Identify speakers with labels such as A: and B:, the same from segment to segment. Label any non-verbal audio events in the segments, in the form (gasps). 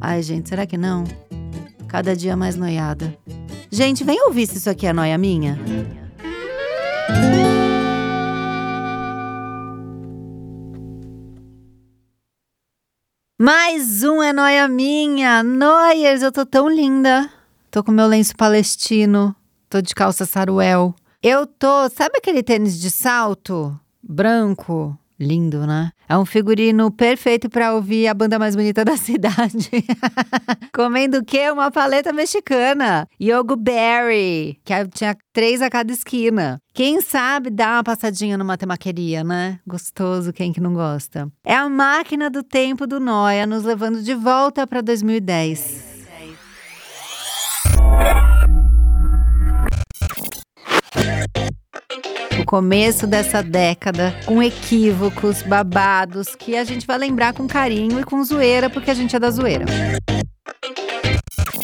A: Ai, gente, será que não? Cada dia mais noiada. Gente, vem ouvir se isso aqui é noia minha. Mais um é noia minha. Noiers, eu tô tão linda. Tô com meu lenço palestino, tô de calça saruel. Eu tô, sabe aquele tênis de salto branco? Lindo, né? É um figurino perfeito para ouvir a banda mais bonita (laughs) da cidade. Comendo o quê? Uma paleta mexicana. Yogo Berry, que tinha três a cada esquina. Quem sabe dá uma passadinha numa temaqueria, né? Gostoso, quem que não gosta? É a máquina do tempo do Noia nos levando de volta para 2010. o começo dessa década, com equívocos, babados, que a gente vai lembrar com carinho e com zoeira, porque a gente é da zoeira.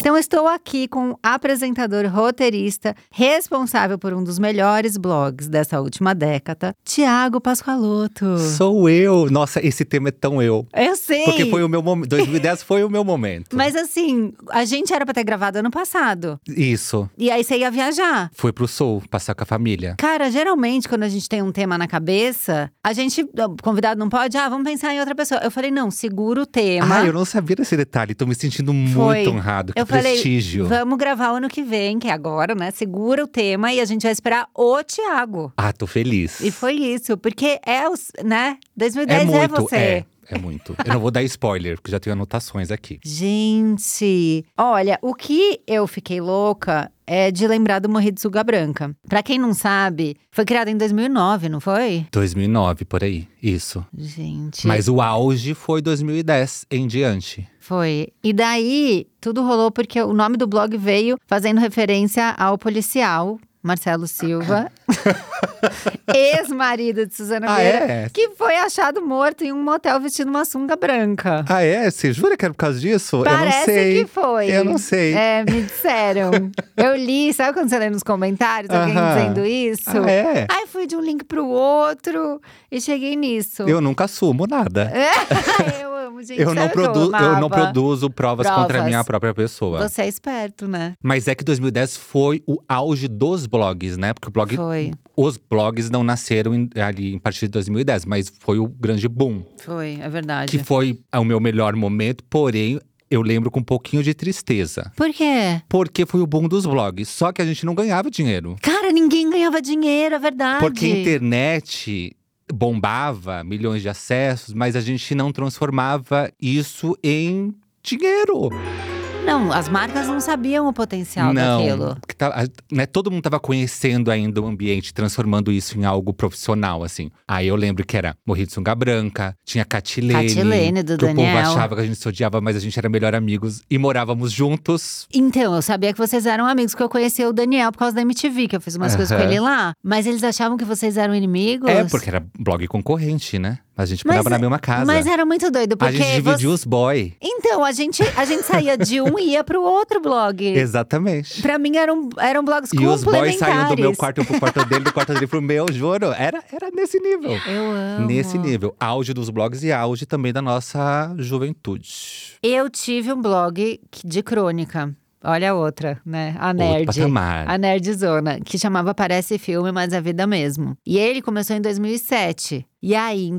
A: Então, estou aqui com o apresentador roteirista, responsável por um dos melhores blogs dessa última década, Tiago Pascoaloto.
B: Sou eu! Nossa, esse tema é tão eu.
A: Eu sei!
B: Porque foi o meu momento. 2010 foi o meu momento.
A: Mas assim, a gente era pra ter gravado ano passado.
B: Isso.
A: E aí você ia viajar.
B: Fui pro sul, passar com a família.
A: Cara, geralmente quando a gente tem um tema na cabeça, a gente, o convidado não pode, ah, vamos pensar em outra pessoa. Eu falei, não, segura o tema.
B: Ah, eu não sabia desse detalhe. Tô me sentindo muito
A: Foi.
B: honrado. Que
A: eu
B: prestígio.
A: falei, vamos gravar o ano que vem, que é agora, né? Segura o tema e a gente vai esperar o Tiago.
B: Ah, tô feliz.
A: E foi isso, porque é os, né?
B: É
A: 2010 é,
B: muito,
A: você.
B: é. É muito. Eu não vou dar spoiler, porque já tenho anotações aqui.
A: Gente, olha, o que eu fiquei louca é de lembrar do Morritsuga Branca. Pra quem não sabe, foi criado em 2009, não foi?
B: 2009, por aí. Isso.
A: Gente,
B: Mas o auge foi 2010 em diante.
A: foi. E daí, tudo rolou porque o nome do blog veio fazendo referência ao policial Marcelo
B: (laughs)
A: Silva, ex-marido de Suzana
B: Ah,
A: Vieira,
B: é?
A: que foi achado morto em um motel vestindo uma sunga branca.
B: Ah, é? Você jura que era por causa disso? eu não
A: Parece
B: sei.
A: que foi.
B: Eu não sei.
A: É, me disseram. Eu li, sabe quando você lê nos comentários alguém
B: Aham.
A: dizendo isso?
B: Ah, é?
A: Aí fui de um link pro outro e cheguei nisso.
B: Eu nunca assumo nada.
A: É, (laughs) eu amo, gente.
B: Eu não,
A: sabe o que
B: produ eu não
A: amava?
B: produzo provas, contra a
A: Provas.
B: minha própria pessoa.
A: Você é esperto, né?
B: Mas é que 2010 foi o auge dos blogs, né? Porque o blog,
A: Foi,
B: os blogs não nasceram em- ali em partir de 2010, mas foi o grande boom.
A: foi, é verdade.
B: Que foi o meu melhor momento, porém eu lembro com um pouquinho de tristeza.
A: Por quê?
B: Porque foi o boom dos blogs, só que a gente não ganhava dinheiro.
A: Cara, ninguém ganhava dinheiro, é verdade.
B: Porque a internet bombava, milhões de acessos, mas a gente não transformava isso em dinheiro.
A: Não, as marcas não sabiam o potencial
B: não,
A: daquilo.
B: que tá- a- né, todo mundo tava conhecendo ainda o ambiente, transformando isso em algo profissional, assim. Aí eu lembro que era Morri de Sunga Branca, tinha Catilene.
A: Catilene, do
B: que o
A: Daniel.
B: povo achava que a gente se odiava, mas a gente era melhor amigos e morávamos juntos.
A: Então, eu sabia que vocês eram amigos, porque eu conheci o Daniel por causa da MTV, que eu fiz umas coisas com
B: Aham.
A: ele lá. Mas eles achavam que vocês eram inimigos.
B: É, porque era blog concorrente, né? A gente
A: Mas- é,
B: morava na mesma casa.
A: Mas era muito doido,
B: a
A: porque.
B: gente dividiu
A: você-
B: os boy.
A: Então, a gente, a gente saía de um e ia pro outro
B: (laughs)
A: blog.
B: Exatamente.
A: pra mim eram, eram blogs
B: E os
A: complementares.
B: boys saíam do meu quarto pro quarto dele, do quarto dele pro meu, juro. Era, era nesse nível.
A: (laughs) Eu amo.
B: Nesse nível. Auge dos blogs e auge também da nossa juventude.
A: Eu tive um blog que- de crônica. Olha a outra, né? A
B: Outro
A: Nerd.
B: patamar.
A: A Nerdzona, que chamava Parece Filme, mas a Vida Mesmo. E ele começou em 2007. E aí, em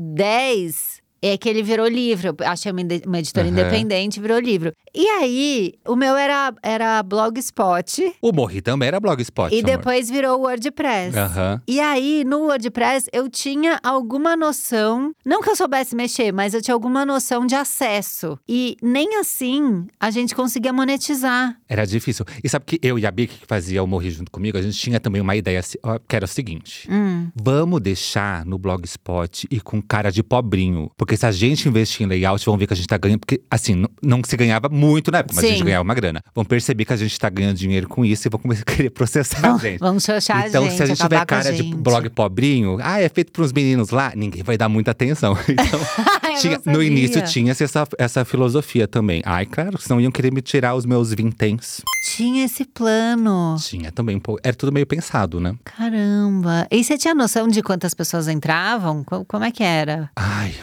A: 2010, é que ele virou livro. Eu Achei uma, inde- uma editora
B: Aham.
A: independente, virou livro. E aí, o meu era, era Blogspot.
B: O Morri também era blogspot.
A: e
B: amor.
A: depois virou WordPress.
B: Aham.
A: E aí, no WordPress, eu tinha alguma noção, não que eu soubesse mexer, mas eu tinha alguma noção de acesso. E nem assim a gente conseguia monetizar.
B: Era difícil. E sabe que eu e a Bic, que fazia o Morri junto comigo, a gente tinha também uma ideia se- ó, que era o seguinte.
A: Hum.
B: Vamos deixar no blogspot e com cara de pobrinho. Porque Porque se a gente investir em layout, vão ver que a gente tá ganhando. Porque, assim, n- não que se ganhava muito na época, mas a gente
A: Sim.
B: ganhava uma grana. Vão perceber que a gente tá ganhando dinheiro com isso e vão começar a querer processar
A: (laughs)
B: a gente.
A: Vamos xoxar
B: então,
A: a gente,
B: se a gente
A: acabar
B: tiver
A: com a
B: cara de
A: gente.
B: blog
A: (laughs)
B: pobrinho, ah, é feito para uns meninos lá, ninguém vai dar muita atenção. (laughs) Então,
A: (laughs) Eu não
B: tinha- no
A: sabia.
B: início tinha essa, essa filosofia também. Ai, claro, senão iam querer me tirar os meus vinténs.
A: Tinha esse plano.
B: Tinha também, um pouco- era tudo meio pensado, né?
A: Caramba. E você tinha noção de quantas pessoas entravam? Co- Como é que era?
B: Ai,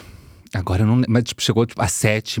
B: agora eu não lembro. Mas tipo, chegou tipo, a 7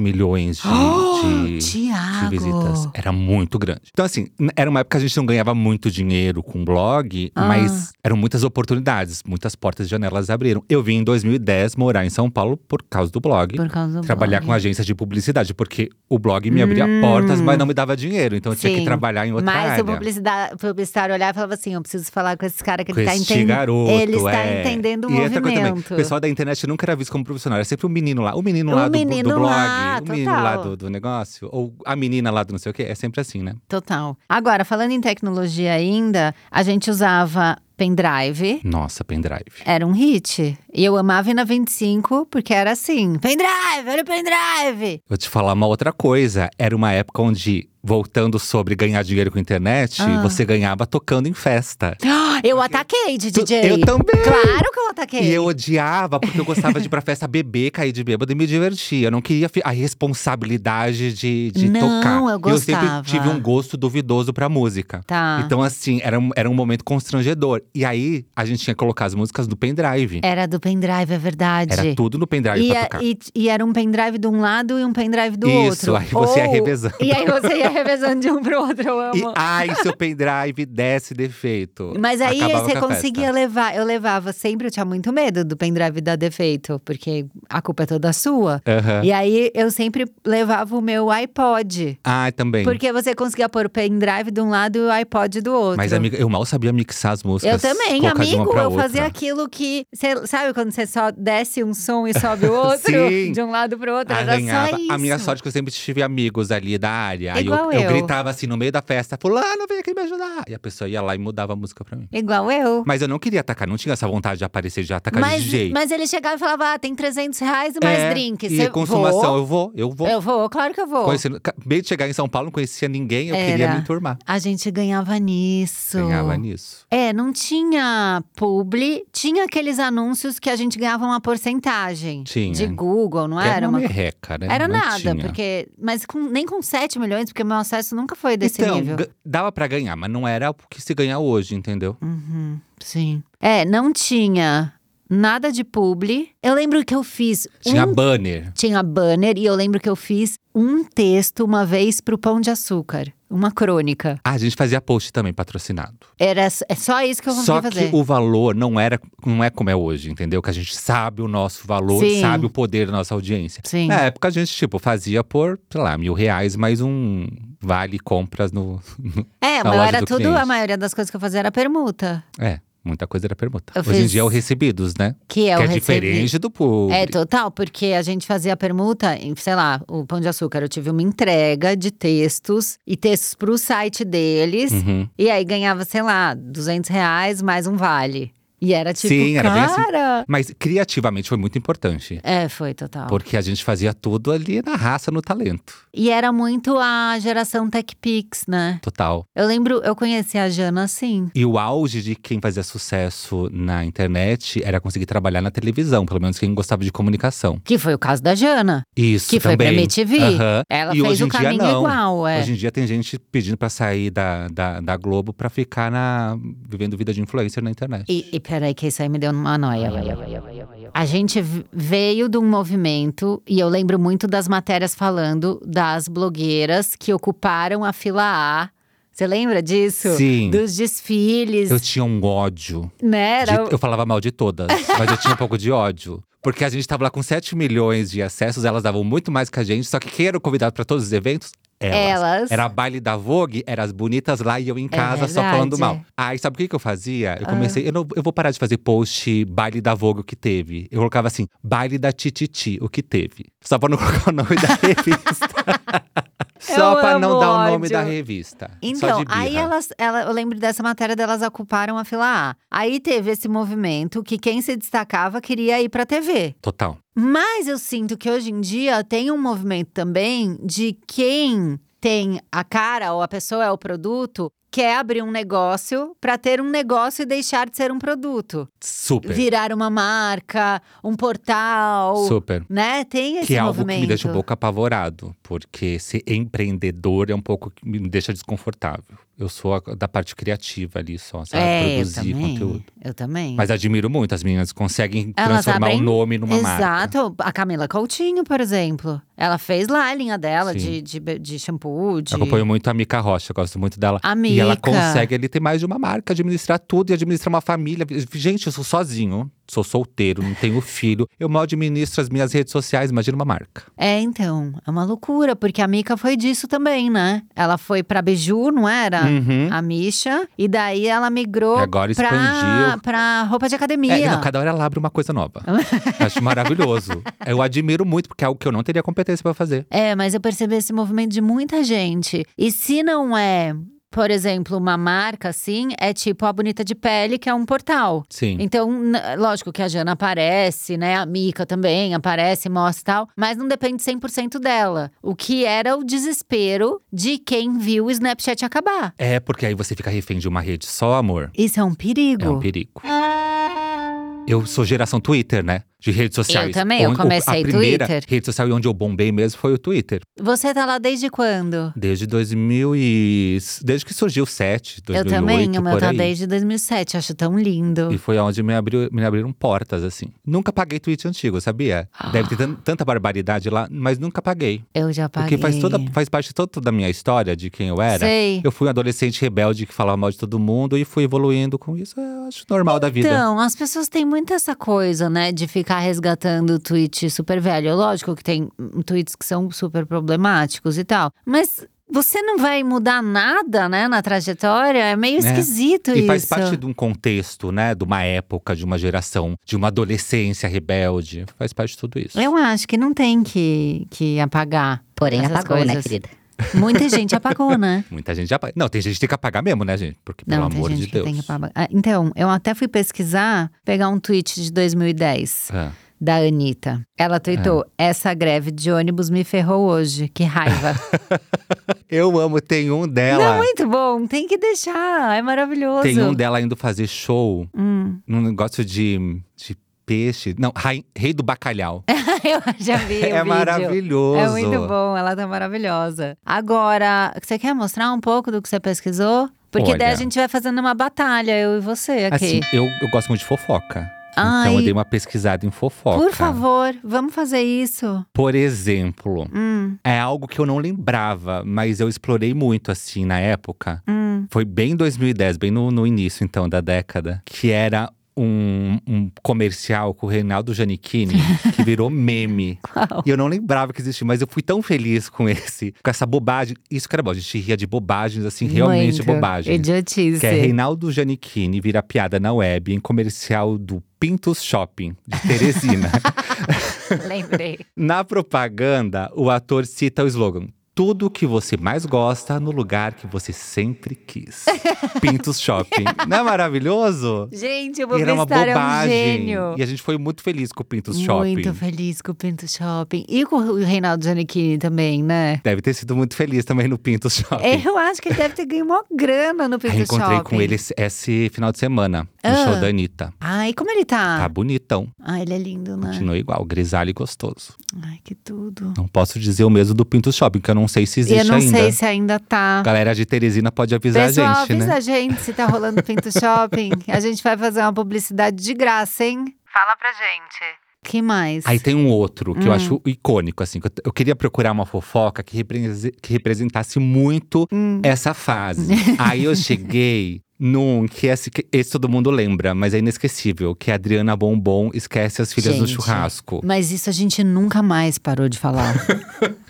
A: (gasps)
B: milhões de, de- de
A: Tiago!
B: visitas. Era muito grande. Então, assim, n- era uma época que a gente não ganhava muito dinheiro com blog,
A: Ah.
B: mas eram muitas oportunidades, muitas portas e janelas abriram. Eu vim em 2010 morar em São Paulo por causa do blog.
A: Por causa do
B: Trabalhar com
A: blog. Hum.
B: agência de publicidade, porque o blog me abria portas, mas não me dava dinheiro. Então eu tinha que
A: Sim.
B: trabalhar em outra
A: Mas
B: área.
A: o publicida- publicitário olhava e falava assim: eu preciso falar com esse cara que
B: Com
A: ele tá
B: este
A: entendendo.
B: garoto,
A: ele está
B: é.
A: entendendo o
B: e outra coisa também,
A: movimento.
B: o pessoal da internet nunca era visto como profissional, era sempre o menino lá. O menino
A: O
B: lá do- do,
A: menino
B: blog,
A: lá,
B: o menino lá
A: total.
B: do, do negócio, ou a menina lá do não sei o quê. É sempre assim, né?
A: Total. Agora, falando em tecnologia ainda, a gente usava pendrive.
B: Nossa, pendrive.
A: Era um hit. E eu amava ir na 25, porque era assim: pendrive, olha o
B: (gasps)
A: pendrive!
B: Vou te falar uma outra coisa. Era uma época onde, voltando sobre ganhar dinheiro com internet,
A: Ah.
B: você ganhava tocando em festa.
A: Eu ataquei de DJ.
B: Eu também!
A: Claro que eu ataquei.
B: E eu odiava, porque eu gostava
A: (laughs)
B: de ir pra festa beber, cair de bêbado e me divertir. Eu não queria fi- a responsabilidade de, de
A: Não,
B: tocar.
A: eu
B: E eu sempre
A: gostava.
B: tive um gosto duvidoso pra música.
A: Tá.
B: Então, assim, era um, era um momento constrangedor. E aí, a gente tinha que colocar as músicas no pendrive.
A: Era do pendrive, é verdade.
B: Era tudo no pendrive
A: E,
B: pra
A: a-
B: tocar.
A: e- e era um pendrive de um lado e um pendrive do
B: Isso,
A: outro.
B: aí você ia revezando.
A: E aí você ia revezando de um pro outro, eu
B: (laughs) E
A: amo.
B: ai, seu pendrive desce defeito.
A: Mas aí
B: Acabava
A: você
B: com a festa.
A: conseguia levar. Eu levava sempre, eu tinha muito medo do pendrive dar defeito, porque a culpa é toda sua.
B: Aham.
A: E aí eu sempre levava o meu iPod.
B: Ai, também.
A: Porque você conseguia pôr o pendrive de um lado e o iPod do outro.
B: Mas, amiga, eu mal sabia mixar as músicas.
A: Eu também,
B: colocar de uma
A: amigo,
B: pra
A: eu
B: outra.
A: fazia aquilo que. cê- sabe quando você só desce um som e sobe
B: (laughs)
A: o outro?
B: Sim.
A: De um lado pro outro? Era
B: Arranhava.
A: só isso.
B: A minha sorte é que eu sempre tive amigos ali da área. Aí
A: Igual
B: eu,
A: eu.
B: gritava assim no meio da festa: Fulano, vem aqui me ajudar. E a pessoa ia lá e mudava a música pra mim.
A: Igual eu.
B: Mas eu não queria atacar, não tinha essa vontade de aparecer, de atacar
A: Mas,
B: de DJ.
A: mas ele chegava e falava: ah, tem 300 reais e mais
B: É,
A: drink.
B: E
A: Cê-
B: consumação,
A: vou?
B: eu vou, eu vou.
A: Eu vou, claro que eu vou.
B: Conhecendo, acabei de chegar em São Paulo, não conhecia ninguém, eu queria
A: Era.
B: me enturmar.
A: A gente ganhava nisso.
B: Ganhava nisso.
A: É, não tinha publi, tinha aqueles anúncios que a gente ganhava uma porcentagem.
B: Tinha.
A: De Google, não
B: Que
A: era?
B: uma
A: uma-
B: merreca, né?
A: Era
B: Não
A: nada,
B: tinha.
A: porque. Mas com- nem com 7 milhões, porque meu acesso nunca foi desse
B: então,
A: nível.
B: ga- dava pra ganhar, mas não era o que se ganha hoje, entendeu?
A: Uhum, sim. É, não tinha nada de publi. Eu lembro que eu fiz.
B: Tinha
A: um,
B: banner.
A: tinha banner, e eu lembro que eu fiz um texto uma vez pro Pão de Açúcar. Uma crônica.
B: Ah, a gente fazia post também patrocinado.
A: Era, s- é só isso que eu consegui
B: Só que
A: fazer.
B: o valor não era, não é como é hoje, entendeu? Que a gente sabe o nosso valor,
A: Sim.
B: sabe o poder da nossa audiência.
A: Sim.
B: Na época a gente, tipo, fazia por, sei lá, mil reais mais um vale compras no.
A: É,
B: a
A: mas
B: loja
A: era
B: do
A: tudo,
B: cliente.
A: a maioria das coisas que eu fazia era permuta.
B: É, muita coisa era permuta.
A: Eu
B: hoje em
A: fiz-
B: dia é o recebidos, né?
A: Que é
B: que
A: o
B: é
A: recebi-
B: diferente do público.
A: É, total, porque a gente fazia permuta, em, sei lá, o Pão de Açúcar. Eu tive uma entrega de textos e textos pro site deles.
B: Uhum.
A: E aí ganhava, sei lá, 200 reais mais um vale. E era tipo,
B: Sim, era bem assim.
A: cara…
B: Mas criativamente foi muito importante.
A: É, foi total.
B: Porque a gente fazia tudo ali na raça, no talento.
A: E era muito a geração Tech Pix, né?
B: Total.
A: Eu lembro, eu conheci a Jana assim.
B: E o auge de quem fazia sucesso na internet era conseguir trabalhar na televisão, pelo menos quem gostava de comunicação.
A: Que foi o caso da Jana,
B: Isso
A: que foi
B: também.
A: pra MTV.
B: Aham.
A: Ela
B: E
A: fez
B: hoje
A: o
B: em dia,
A: caminho
B: não.
A: igual, é.
B: Hoje em dia tem gente pedindo pra sair da, da, da Globo pra ficar na vivendo vida de influencer na internet.
A: E, e peraí, que isso aí me deu uma noia. A gente v- veio de um movimento, e eu lembro muito das matérias falando das blogueiras que ocuparam a fila A. Você lembra disso?
B: Sim.
A: Dos desfiles,
B: Eu tinha um ódio.
A: né?
B: de-
A: Era-
B: eu falava mal
A: (laughs)
B: de todas, mas eu tinha um pouco de ódio. Porque a gente tava lá com 7 milhões de acessos, elas davam muito mais que a gente. Só que quem era o convidado pra todos os eventos? Elas.
A: Elas.
B: Era baile da Vogue, era as bonitas lá e eu em casa
A: É
B: só
A: verdade. é. Ah.
B: falando mal. Aí sabe o que, que eu fazia? Eu comecei, eu, não, eu vou parar de fazer post baile da Vogue o que teve. Eu colocava assim, (laughs)
A: (laughs)
B: baile da Tititi o que teve. Só pra não colocar o nome da revista. Só
A: Eu
B: pra não
A: amo
B: dar o
A: ódio.
B: nome da revista. Só
A: Então,
B: de birra.
A: aí elas, ela, eu lembro dessa matéria delas ocuparam a fila A. Aí teve esse movimento que quem se destacava queria ir pra TV.
B: Total.
A: Mas eu sinto que hoje em dia tem um movimento também de quem tem a cara ou a pessoa é o produto quer abrir um negócio pra ter um negócio e deixar de ser um produto,
B: Super.
A: virar uma marca, um portal,
B: Super.
A: né? Tem esse
B: que é algo
A: movimento.
B: que me deixa um pouco apavorado, porque ser empreendedor é um pouco que me deixa desconfortável. Eu sou a- da parte criativa ali só, sabe?
A: é,
B: Produzir
A: eu também.
B: conteúdo.
A: Eu também.
B: Mas admiro muito, as meninas conseguem
A: Elas
B: transformar
A: abrem-
B: o nome numa marca.
A: Exato. A Camila Coutinho, por exemplo. Ela fez lá a linha dela de,
B: Sim.
A: de, de shampoo, de.
B: Eu acompanho muito a Mica Rocha, eu gosto muito dela.
A: A
B: E ela
A: Mica.
B: consegue ele ter mais de uma marca, administrar tudo e administrar uma família. Gente, eu sou sozinho, sou solteiro, não tenho filho. Eu mal administro as minhas redes sociais, imagina uma marca.
A: É, então. É uma loucura, porque a Mica foi disso também, né? Ela foi pra Biju, não era?
B: Uhum.
A: A Misha. E daí ela migrou
B: E agora
A: pra,
B: expandiu.
A: pra roupa de academia.
B: É, não, cada hora ela abre uma coisa
A: (laughs)
B: nova. Acho maravilhoso. Eu admiro muito, porque é algo que eu não teria competência pra fazer.
A: É, mas eu percebi esse movimento de muita gente. E se não é, por exemplo, uma marca assim, é tipo a Bonita de Pele, que é um portal.
B: Sim.
A: Então, n- lógico que a Jana aparece, né? A Mica também aparece, mostra e tal. Mas não depende 100% dela. O que era o desespero de quem viu o Snapchat acabar.
B: É, porque aí você fica refém de uma rede só, amor.
A: Isso é um perigo.
B: É um perigo. Eu sou geração Twitter, né? De redes sociais.
A: também, eu
B: Onde- o-
A: comecei
B: A primeira
A: Twitter.
B: rede social onde eu bombei mesmo foi o Twitter.
A: Você tá lá desde quando?
B: Desde 2000 e... Desde que surgiu o 7, 2008,
A: eu também, o meu
B: por
A: tá
B: aí.
A: desde 2007, acho tão lindo.
B: E foi onde me, abriu, me abriram portas, assim. Nunca paguei tweet antigo, sabia?
A: Ah.
B: Deve ter tan- tanta barbaridade lá, mas nunca paguei.
A: Eu já paguei.
B: Porque faz, toda, faz parte toda da minha história, de quem eu era.
A: Sei.
B: Eu fui um adolescente rebelde que falava mal de todo mundo e fui evoluindo com isso. É, Eu acho normal da vida.
A: Então, as pessoas têm muito essa coisa, né, de ficar resgatando tweet super velho. Lógico que tem hum, tweets que são super problemáticos e tal, mas você não vai mudar nada, né, na trajetória? É meio
B: É.
A: esquisito
B: E
A: isso.
B: faz parte de um contexto, né? De uma época, de uma geração, de uma adolescência rebelde. Faz parte de tudo isso.
A: Eu acho que não tem que, que apagar.
C: Porém,
A: essas
C: apagou, né,
A: coisas.
C: querida?
A: Muita gente apagou, né?
B: Muita gente já. pa- Não, tem gente que tem que apagar mesmo, né, gente? Porque, pelo
A: Não, tem
B: amor
A: gente
B: de Deus.
A: que tem que apagar. Ah, Então, eu até fui pesquisar, pegar um tweet de 2010.
B: É.
A: da Anitta. Ela tweetou: Essa greve de ônibus me ferrou hoje. Que
B: (laughs)
A: raiva.
B: Eu amo, tem um
A: Não, é
B: dela.
A: muito bom. Tem que deixar. É maravilhoso.
B: tem
A: (laughs)
B: um dela indo fazer show
A: Hum.
B: num negócio de, de peixe. Não, rai- rei do bacalhau.
A: Eu já vi. o
B: (laughs) É
A: um vídeo.
B: maravilhoso.
A: É muito bom, ela tá maravilhosa. Agora, você quer mostrar um pouco do que você pesquisou? Porque daí a
B: Olha.
A: gente vai fazendo uma batalha, eu e você aqui.
B: Assim, eu, eu gosto muito de fofoca.
A: é Ai.
B: Então eu dei uma pesquisada em fofoca.
A: Por favor, vamos fazer isso. (laughs)
B: Por exemplo,
A: Hum,
B: é algo que eu não lembrava, mas eu explorei muito assim na época.
A: hum.
B: Foi bem 2010, bem no, no início então da década, que era um, um comercial com o
A: (laughs)
B: Reinaldo Giannichini que virou meme.
A: Qual?
B: E eu não lembrava que existia, mas eu fui tão feliz com esse, com essa bobagem. Isso que era bom, a gente ria de bobagens, assim, realmente
A: Muito.
B: bobagens.
A: Idiotice.
B: Que é Reinaldo Giannichini vira piada na web em comercial do Pintos Shopping, de
A: (laughs)
B: Teresina.
A: Lembrei.
B: na propaganda, o ator cita o slogan. Tudo que você mais gosta no lugar que você sempre
A: (laughs)
B: quis. Pintos Shopping. Não é maravilhoso?
A: Gente, o
B: E Era uma
A: publicitário é um
B: bobagem.
A: gênio.
B: e a gente foi muito feliz com o Pintos Shopping.
A: Muito feliz com o Pinto Shopping. E com o Reinaldo Giannichini também, né?
B: Deve ter sido muito feliz também no Pintos
A: É,
B: Shopping.
A: Eu acho que ele deve ter ganho uma grana no Pinto
B: Reencontrei
A: Shopping.
B: com ele esse- esse final de semana, no
A: Ah.
B: show da Anitta.
A: Ai, como ele tá?
B: Tá bonitão.
A: Ah, ele é lindo, né?
B: Continua igual, grisalho e gostoso.
A: Ai, que tudo.
B: Não posso dizer o mesmo do Pinto Shopping, que eu não sei
A: E
B: se existe
A: eu não
B: ainda.
A: sei se ainda tá.
B: Galera de Teresina pode avisar
A: Pessoal,
B: a gente,
A: avisa
B: né?
A: a gente se tá rolando Pinto Shopping. A gente vai fazer uma publicidade de graça, hein? Fala pra gente. Que mais?
B: Aí tem um outro
A: Hum.
B: que eu acho icônico, assim. que eu t- Eu queria procurar uma fofoca que, represe- que representasse muito
A: Hum. (laughs)
B: essa fase. Aí eu cheguei num que esse, que esse todo mundo lembra, mas é inesquecível. Que a Adriana Bombom esquece as filhas no
A: Gente.
B: churrasco.
A: Mas isso a gente nunca mais parou de
B: (laughs)
A: falar.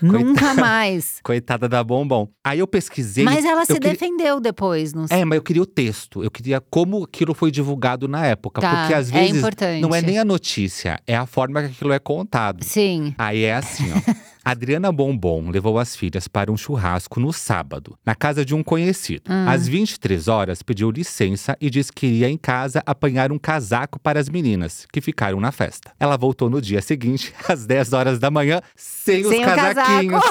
A: nunca mais.
B: Coitada da Bombom. Aí eu pesquisei…
A: Mas ela
B: eu
A: se
B: queria-
A: defendeu depois, não sei.
B: É, mas eu queria o texto. Eu queria como aquilo foi divulgado na época.
A: Tá,
B: porque às
A: é
B: vezes
A: importante.
B: não é nem a notícia, é a forma que aquilo é contado.
A: Sim. (laughs)
B: Aí é assim, ó. Adriana Bombom levou as filhas para um churrasco no sábado, na casa de um conhecido.
A: Ah.
B: Às 23 horas, pediu licença e disse que iria em casa apanhar um casaco para as meninas, que ficaram na festa. Ela voltou no dia seguinte, (laughs) às 10 horas da manhã, sem,
A: Sem
B: os
A: o casaco.
B: casaquinhos.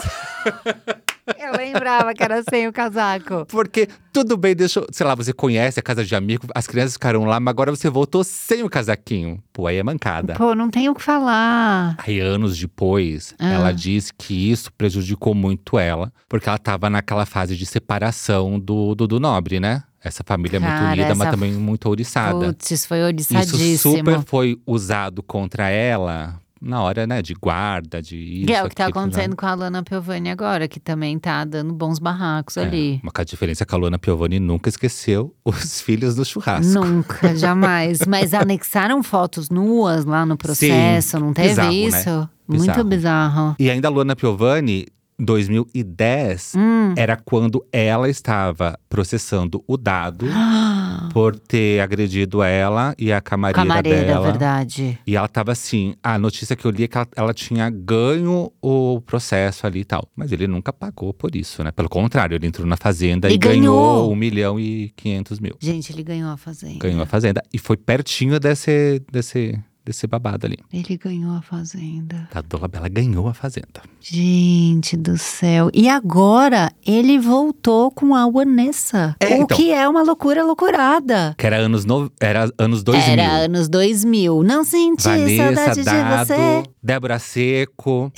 A: Eu lembrava que era sem o casaco.
B: Porque tudo bem, deixa, eu- sei lá, você conhece a casa de amigo, as crianças ficaram lá, mas agora você voltou sem o casaquinho. Pô, aí é mancada.
A: Pô, não tenho o que falar.
B: Aí, anos depois,
A: Ah.
B: ela diz que isso prejudicou muito ela, porque ela tava naquela fase de separação do do, do Nobre, né? Essa família é
A: Cara,
B: muito unida,
A: essa
B: mas também muito ouriçada.
A: Putz, foi
B: Isso
A: oriçadíssimo.
B: super foi usado contra ela na hora, né, de guarda, de isso,
A: Que é o que tá
B: aquilo, né?
A: acontecendo com a Lana Piovani agora, que também tá dando bons barracos
B: É,
A: ali.
B: Uma diferença é que a Luana Piovani nunca esqueceu (laughs) os filhos no churrasco. (laughs)
A: Nunca, jamais. Mas anexaram fotos nuas lá no processo, não teve
B: bizarro, né?
A: isso? Muito
B: Bizarro.
A: bizarro.
B: E ainda a Luana Piovani, 2010,
A: Hum.
B: era quando ela estava processando o dado por ter agredido ela e a camareira,
A: Camareira,
B: dela.
A: verdade.
B: E ela tava assim, a notícia que eu li é que ela, ela tinha ganho o processo ali e tal. Mas ele nunca pagou por isso, né? Pelo contrário, ele entrou na fazenda
A: E
B: e,
A: ganhou.
B: ganhou 1 milhão e 500 mil.
A: Gente, ele ganhou a fazenda.
B: Ganhou a fazenda. E foi pertinho desse, desse, desse babado ali.
A: Ele ganhou a fazenda.
B: A Dolabella ganhou a fazenda.
A: Gente do céu. E agora ele voltou com a Vanessa.
B: É,
A: o
B: então.
A: que é uma loucura loucurada.
B: Que era anos, no... era anos 2000.
A: Era anos 2000. Não senti saudade
B: Vanessa,
A: de você. É.
B: Dado, Débora Seco.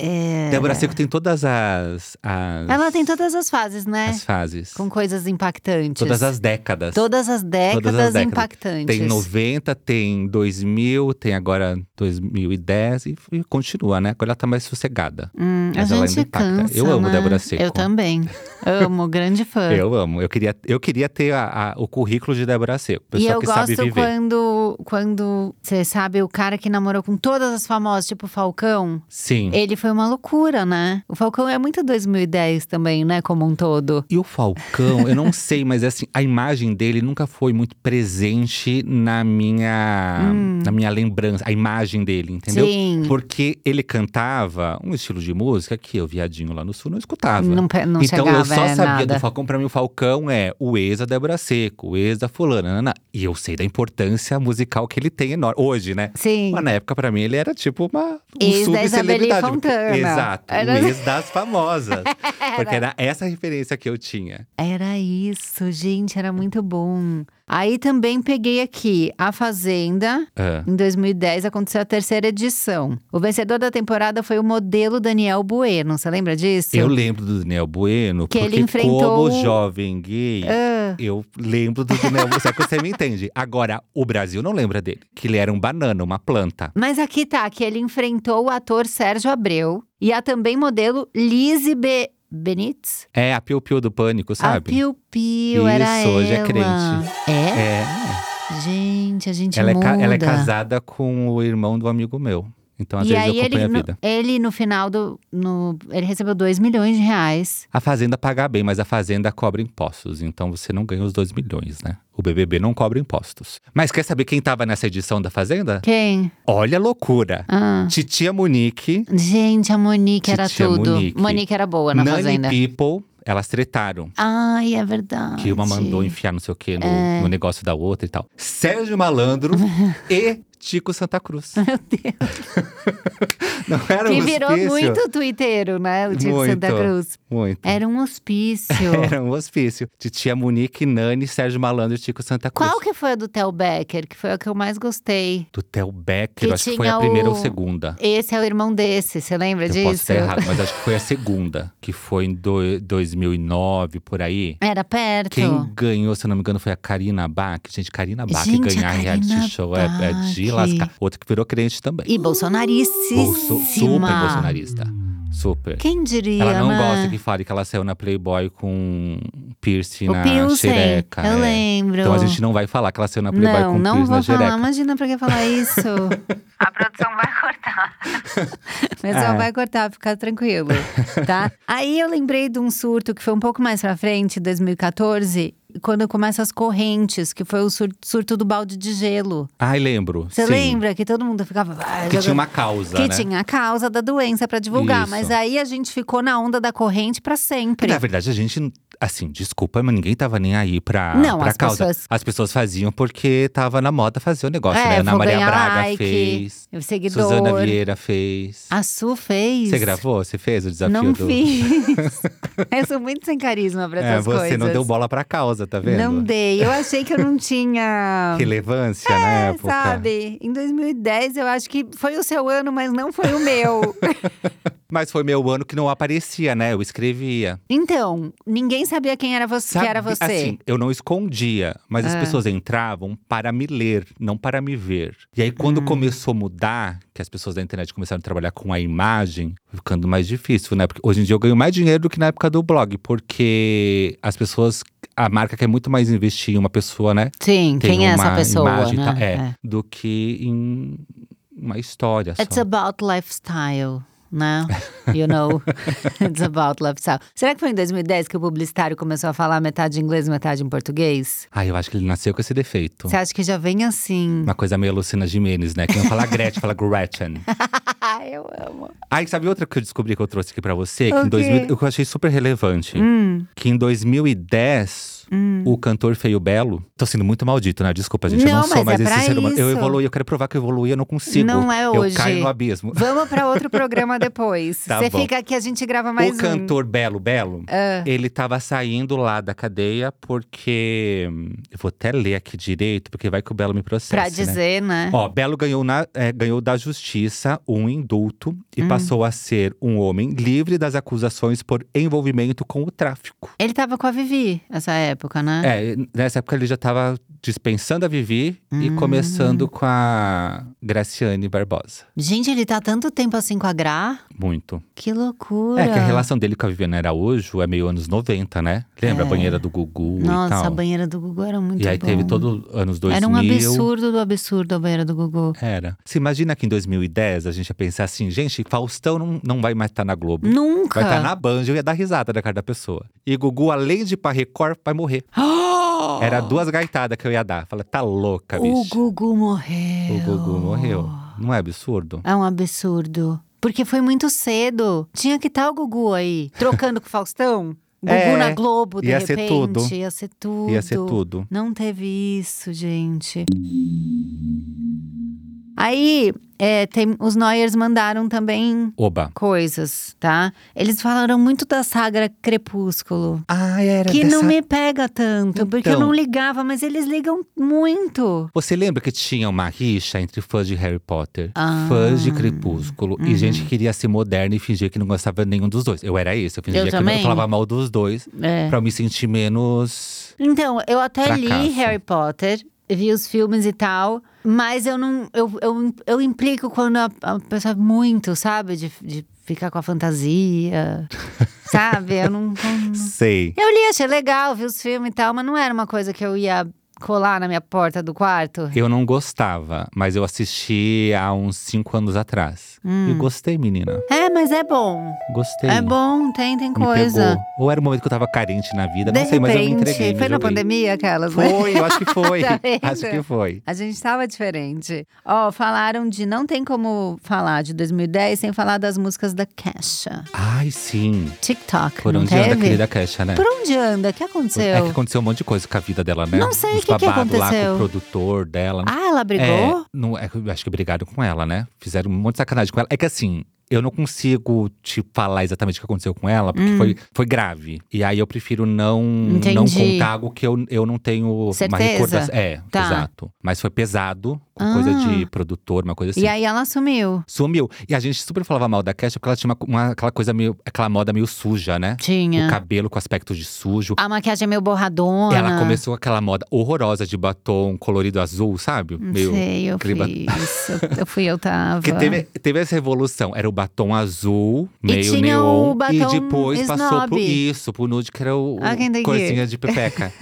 B: Débora Seco tem todas as. as-
A: Ela tem todas as fases, né?
B: as fases.
A: Com coisas impactantes.
B: Todas as décadas.
A: Todas as décadas,
B: Todas as décadas.
A: impactantes.
B: Tem 90, tem 2000, tem agora 2010 e, e continua, né? Agora ela tá mais sossegada.
A: Hum, a
B: Mas ela
A: gente
B: ainda impacta.
A: cansa,
B: Eu amo
A: né?
B: Débora Seco.
A: Eu também. Amo, grande
B: (laughs)
A: fã.
B: Eu amo. Eu queria, eu queria ter a- a- o currículo de Débora Seco.
A: e
B: Pessoa
A: eu
B: que sabe
A: gosto
B: viver.
A: quando, quando, você sabe, o cara que namorou com todas as famosas, tipo o Falcão,
B: Sim.
A: ele foi uma loucura, né? O Falcão é muito 2010 também, né? Como um todo.
B: E o Falcão, eu não sei, mas assim, a imagem dele nunca foi muito presente na minha, na minha lembrança, a imagem dele, entendeu?
A: Hum. Sim.
B: Porque ele cantava um estilo de música que eu, viadinho lá no sul, não escutava.
A: Não, pe- não
B: então
A: chegava,
B: eu só
A: é,
B: sabia
A: nada.
B: do Falcão. Pra mim, o Falcão é o ex da Débora Seco, o ex da Fulana. nanana. E eu sei da importância musical que ele tem enorme. Hoje, né?
A: Sim.
B: Mas na época, pra mim, ele era tipo uma
A: Ex
B: um
A: da Isabelle
B: subcelebridade. porque-
A: Fontana.
B: Exato.
A: Era-
B: O ex
A: (laughs)
B: das famosas. Porque era essa referência que eu tinha.
A: Era isso, gente, era muito bom. Aí também peguei aqui A Fazenda.
B: Ah,
A: Em 2010 aconteceu a terceira edição. O vencedor da temporada foi o modelo Daniel Bueno, você lembra disso?
B: Eu lembro do Daniel Bueno,
A: Que ele
B: porque
A: enfrentou o-
B: como jovem gay,
A: Ah.
B: eu lembro do Daniel Bueno. Só que você me entende. Agora, o Brasil não lembra dele. Que ele era um banana, uma planta.
A: Mas aqui tá que ele enfrentou o ator Sérgio Abreu e a também modelo Lise Be... Benitz?
B: É a Piu Piu do Pânico,
A: A
B: sabe?
A: Piu Piu era
B: Isso, hoje é
A: ela.
B: crente.
A: É?
B: É.
A: Gente, a gente
B: Ela é,
A: muda.
B: ca- ela é casada com o irmão do amigo meu. Então, às
A: E
B: vezes,
A: aí ele
B: eu acompanho a
A: no,
B: vida.
A: ele no final do… No, ele recebeu 2 milhões de reais.
B: A Fazenda paga bem, mas a Fazenda cobra impostos. Então você não ganha os 2 milhões, né? O BBB não cobra impostos. Mas quer saber quem tava nessa edição da Fazenda?
A: Quem?
B: Olha a loucura!
A: Ah.
B: Titia Monique,
A: Gente, a Monique era
B: Titia
A: tudo.
B: Monique.
A: era boa na
B: Nani
A: Fazenda.
B: People, elas tretaram.
A: Ai, é verdade.
B: Que uma mandou enfiar não sei o quê no, no negócio da outra e tal.
A: (laughs)
B: Sérgio Malandro e Tico Santa Cruz. Meu Deus! (laughs) não era
A: Que
B: um
A: virou
B: hospício?
A: muito twitteiro, né? O Tico
B: Muito.
A: Santa Cruz.
B: Muito.
A: Era um
B: (laughs)
A: hospício.
B: Era um hospício. Titia Monique, Nani, Sérgio Malandro e Tico Santa Cruz.
A: Qual que foi a do Tel Becker? Que foi a que eu mais gostei.
B: Do Theo Becker,
A: Que
B: eu acho que foi
A: tinha
B: a primeira ou
A: o-
B: segunda.
A: Esse é o irmão desse, você lembra
B: Eu
A: disso?
B: posso estar errado, mas acho que foi a segunda, que foi em do- 2009, por aí.
A: Era perto.
B: Quem ganhou, se eu não me engano, foi a Karina Bach. Gente, Karina Bach
A: Gente, a
B: ganhar
A: Karina
B: reality show é, é de
A: Bach.
B: lascar. Outra que virou crente também.
A: E bolsonaríssima.
B: Bolso- super bolsonarista. Super.
A: Quem diria,
B: Ela não
A: né?
B: gosta que fale que ela saiu na Playboy com piercing
A: O
B: na
A: Pilsen,
B: xereca.
A: eu
B: é.
A: lembro.
B: Então a gente não vai falar que ela saiu na Playboy
A: não,
B: com
A: não
B: piercing
A: vou
B: na
A: falar.
B: xereca.
A: Imagina pra que falar isso. (laughs) A produção vai cortar. Mas ela
B: É.
A: vai cortar, fica tranquilo,
B: (laughs)
A: tá? Aí eu lembrei de um surto que foi um pouco mais pra frente, 2014. quando começam as correntes, que foi o sur- surto do balde de gelo.
B: Ai, lembro.
A: Você
B: sim.
A: lembra que todo mundo ficava. "Ah,
B: Que
A: joga-"
B: tinha uma causa,
A: que
B: né?
A: tinha a causa da doença pra divulgar,
B: Isso.
A: mas aí a gente ficou na onda da corrente pra
B: Porque,
A: sempre.
B: na verdade, a gente, assim, desculpa, mas ninguém tava nem aí pra,
A: Não,
B: pra
A: as
B: causa.
A: pessoas-
B: As pessoas faziam porque tava na moda fazer o negócio,
A: É,
B: né? Ana
A: vou
B: Maria
A: ganhar
B: Braga
A: like,
B: fez.
A: O seguidor.
B: Suzana Vieira fez.
A: A Su fez.
B: Você gravou? Você fez o desafio
A: Não
B: do.
A: fiz. eu sou muito sem carisma pra
B: (laughs) É,
A: essas
B: você
A: coisas.
B: não deu bola pra causa, tá vendo?
A: Não dei. Eu achei que eu não
B: (laughs)
A: tinha.
B: Relevância na
A: É,
B: época.
A: sabe? Em 2010, eu acho que foi o seu ano, mas não foi o
B: (laughs)
A: meu.
B: Mas foi meu ano que não aparecia, né? Eu escrevia.
A: então, ninguém sabia quem era você.
B: Sabe-
A: que era você. Ah.
B: Assim, eu não escondia, mas as pessoas entravam para me ler, não para me ver. E aí,
A: Hum.
B: quando começou a mudar, que as pessoas da internet começaram a trabalhar com a imagem, foi ficando mais difícil, né? Porque hoje em dia eu ganho mais dinheiro do que na época do blog, porque as pessoas. A marca quer muito mais investir em uma pessoa, né?
A: Sim,
B: Tem
A: quem é essa
B: uma
A: pessoa,
B: imagem e tal,
A: né?
B: é, do que em uma história.
A: It's
B: só.
A: about lifestyle,
B: (laughs)
A: né? You know, (laughs) it's about lifestyle. Será que foi em 2010 que o publicitário começou a falar metade em inglês e metade em português?
B: Ah, eu acho que ele nasceu com esse defeito.
A: Você acha que já vem assim?
B: Uma coisa meio Lucina Jimenez, né? Que não fala Gretchen, fala Gretchen.
A: Ah, eu amo.
B: Aí, sabe outra que eu descobri que eu trouxe aqui pra você? Que
A: O
B: em 2000,
A: quê?
B: eu achei super relevante.
A: Hum.
B: Que em 2010, o cantor Feio Belo… Tô sendo muito maldito, né? Desculpa, gente. eu
A: Não,
B: não sou
A: mas
B: mais
A: é
B: esse
A: pra
B: ser humano. Eu
A: isso.
B: evoluí, eu quero provar que eu evoluí, eu não consigo.
A: Não é hoje.
B: Eu caio no abismo.
A: Vamos para outro programa depois.
B: (laughs) Tá
A: Você
B: bom.
A: fica aqui, a gente grava mais
B: o
A: um. É.
B: cantor Belo Belo, ele tava saindo lá da cadeia porque… hum, Eu vou até ler aqui direito, porque vai que o Belo me processa,
A: Pra
B: né?
A: dizer, né?
B: Ó, Belo ganhou, na- é, ganhou da justiça um indulto
A: Hum.
B: e passou a ser um homem livre das acusações por envolvimento com o tráfico.
A: Ele tava com a Vivi nessa época, né?
B: É, nessa época ele já tava dispensando a Vivi
A: Hum.
B: e começando com a Graciane Barbosa.
A: Gente, ele tá há tanto tempo assim com a Gra.
B: Muito.
A: Que loucura.
B: É que a relação dele com a Viviane Araújo é meio anos 90, né? Lembra?
A: É.
B: A banheira do Gugu e
A: Nossa,
B: tal.
A: a banheira do Gugu era muito
B: e aí
A: bom.
B: teve todo anos 2000.
A: Era um absurdo do absurdo a banheira do Gugu.
B: Era. Se imagina que em 2010 a gente ia pensar assim, gente, Faustão não, não vai mais estar na Globo.
A: Nunca.
B: Vai tá estar na Band, eu ia dar risada da cara da pessoa. E Gugu, além de ir pra Record,
A: (gasps)
B: vai morrer. Era duas gaitadas que eu ia dar. Falei, tá louca,
A: O
B: bicho.
A: Gugu morreu.
B: O Gugu morreu. Não é absurdo?
A: É um absurdo. Porque foi muito cedo. Tinha que estar o Gugu aí, trocando com o Faustão. Gugu
B: (laughs) É,
A: na Globo, de
B: ia ser
A: repente.
B: tudo.
A: Ia ser tudo.
B: Ia ser tudo.
A: Não teve isso, gente. Aí, é, tem, os Noyers mandaram também
B: Oba.
A: coisas, tá? Eles falaram muito da saga Crepúsculo.
B: Ah, era
A: Que
B: dessa...
A: não me pega tanto, porque eu
B: Então.
A: não ligava, mas eles ligam muito.
B: Você lembra que tinha uma rixa entre fãs de Harry Potter,
A: Ah. Uhum.
B: fãs de Crepúsculo e gente que queria ser moderna e fingir que não gostava de nenhum dos dois. Eu era isso, eu fingia
A: Eu
B: que eu não
A: também.
B: eu falava mal dos dois
A: É.
B: pra eu me sentir menos.
A: Então, eu até li
B: Fracasso.
A: Harry Potter, vi os filmes e tal, mas eu não. Eu, eu, eu implico quando a, a pessoa é muito, sabe? De, de ficar com a
B: (laughs)
A: fantasia. sabe? Eu não. não-
B: Sei.
A: Eu li, achei legal, vi os filmes e tal, mas não era uma coisa que eu ia colar na minha porta do quarto.
B: Eu não gostava, mas eu assisti há uns cinco anos atrás. Eu gostei, menina.
A: É, mas é bom.
B: Gostei.
A: Hum. É bom, tem, tem
B: Me
A: coisa.
B: pegou. Ou era o momento que eu tava carente na vida,
A: De
B: não sei, mas eu me
A: repente,
B: entreguei. me
A: foi na
B: joguei.
A: pandemia aquelas, né?
B: Foi, eu acho que
A: (laughs)
B: foi.
A: Tá vendo?
B: acho que foi.
A: A gente tava diferente. Ó, falaram de. Não tem como falar de 2010 sem falar das músicas da Kesha.
B: Ai, sim.
A: TikTok.
B: Por
A: não
B: onde
A: teve?
B: anda a querida Kesha, né?
A: Por onde anda? O que aconteceu?
B: É que aconteceu um monte de coisa com a vida dela, né?
A: Não sei,
B: Uns
A: o que que
B: babados lá com
A: aconteceu?
B: o produtor dela.
A: Ah, ela brigou?
B: É, não, é, que eu acho que brigaram com ela, né? Fizeram um monte de sacanagem com ela. É que assim, eu não consigo te falar exatamente o que aconteceu com ela,
A: Hum.
B: porque foi, foi grave. E aí eu prefiro não, não
A: Entendi.
B: contar algo que eu, eu não tenho
A: Certeza.
B: uma recordação. É,
A: Tá. Ah.
B: exato. Mas foi pesado, com coisa de produtor, uma coisa assim.
A: E aí ela sumiu.
B: Sumiu. E a gente super falava mal da Kesha, porque ela tinha uma, uma- aquela coisa meio. aquela moda meio suja, né?
A: Tinha.
B: O cabelo com aspecto de sujo.
A: A maquiagem é meio borradona.
B: Ela começou aquela moda horrorosa de batom colorido azul, sabe?
A: Não
B: meio
A: sei, eu
B: aquele ba-
A: fui isso. Eu fui, eu tava.
B: Porque teve, teve essa revolução. Era o batom azul, meio
A: tinha
B: neon.
A: o batom
B: e depois passou
A: snob.
B: por isso, pro nude, que era o,
A: Ah, quem tem
B: o
A: que-
B: corzinha
A: (laughs)
B: de pepeca.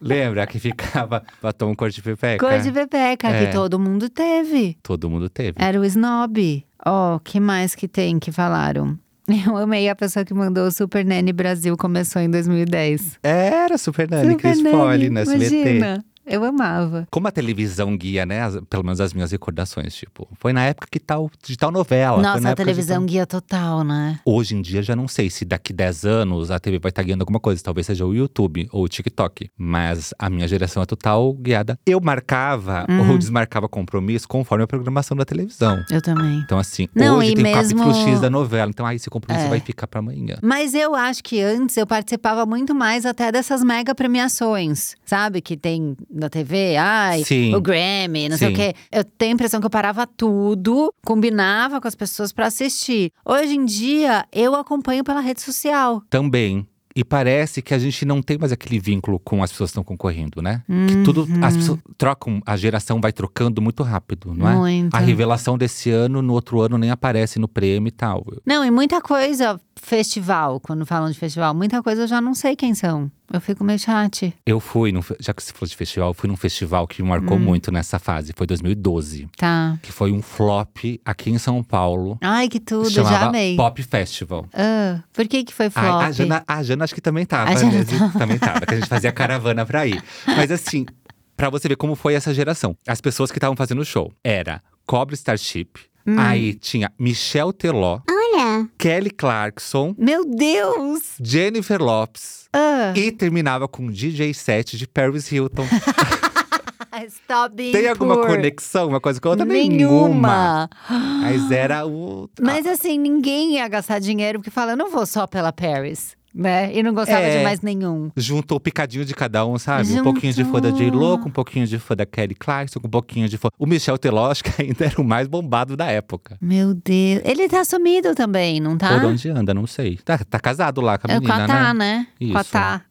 B: Lembra que ficava batom cor de pepeca?
A: Cor de É. bebeca, que
B: É.
A: todo mundo teve.
B: Todo mundo teve.
A: Era o snob. Ó, que mais que tem que falaram? (laughs) Eu amei a pessoa que mandou o Super Nanny Brasil, começou em 2010.
B: Era Super Nanny,
A: Super
B: Cris
A: Nanny,
B: Poli, na SBT.
A: Imagina, eu amava.
B: Como a televisão guia, né? as- pelo menos as minhas recordações, tipo, foi na época que tal, de tal novela. foi na
A: Nossa, a
B: época de
A: televisão
B: tal-
A: guia total, né?
B: Hoje em dia já não sei se daqui 10 anos a TV vai estar guiando alguma coisa, talvez seja o YouTube ou o TikTok. Mas a minha geração é total guiada. Eu marcava
A: Hum.
B: ou desmarcava compromisso conforme a programação da televisão.
A: Eu também.
B: Então, assim,
A: Não,
B: hoje
A: e
B: tem o capítulo
A: mesmo-
B: X da novela. Então, aí esse compromisso
A: É.
B: vai ficar pra amanhã.
A: Mas eu acho que antes eu participava muito mais até dessas mega premiações, sabe? Que tem na TV, ai,
B: Sim.
A: o Grammy, não sei o
B: Sim.
A: quê. Eu tenho a impressão que eu parava tudo, combinava com as pessoas pra assistir. Hoje em dia, eu acompanho pela rede social.
B: Também. E parece que a gente não tem mais aquele vínculo com as pessoas que estão concorrendo, né? Que tudo.
A: Uhum.
B: As pessoas trocam, a geração vai trocando muito rápido, não é?
A: Muito.
B: A revelação desse ano, no outro ano, nem aparece no prêmio e tal.
A: Não, e muita coisa, festival, quando falam de festival, muita coisa eu já não sei quem são. Eu fico meio chate.
B: Eu fui, num fe- já que se falou de festival, eu fui num festival que me marcou
A: Hum.
B: muito nessa fase. Foi 2012.
A: Tá.
B: Que foi um flop aqui em São Paulo.
A: Ai, que tudo,
B: se chamava
A: já amei.
B: Pop Festival.
A: Ah, por que que foi flop?
B: Ai, a, Jana, a Jana acho que também tava,
A: A
B: né?
A: Jana
B: De- Também tava, que a gente
A: (laughs)
B: fazia caravana pra ir. Mas assim, pra você ver como foi essa geração. As pessoas que estavam fazendo o show era Cobra Starship,
A: Hum.
B: aí tinha Michel Teló, Kelly Clarkson,
A: Meu (laughs) Deus!
B: Jennifer Lopes.
A: Ah.
B: E terminava com DJ 7 de Paris Hilton.
A: Stop being
B: Tem alguma
A: poor.
B: conexão, uma coisa com a outra?
A: Nenhuma.
B: Mas era o.
A: Mas assim, ninguém ia gastar dinheiro porque fala, eu não vou só pela Paris, né? E não gostava
B: É.
A: de mais nenhum.
B: Juntou o picadinho de cada um, sabe? Um
A: Juntou.
B: pouquinho de fã da J. Lo, com um pouquinho de fã da Kelly Clarkson, com um pouquinho de fã. O Michel Teló, acho (laughs) que ainda era o mais bombado da época.
A: Meu Deus. Ele tá sumido também, não tá?
B: Por onde anda, não sei. Tá, tá casado lá com a
A: É com
B: menina,
A: a Tá,
B: né?
A: né?
B: Isso.
A: Com a (laughs)
B: (laughs)
A: Tá.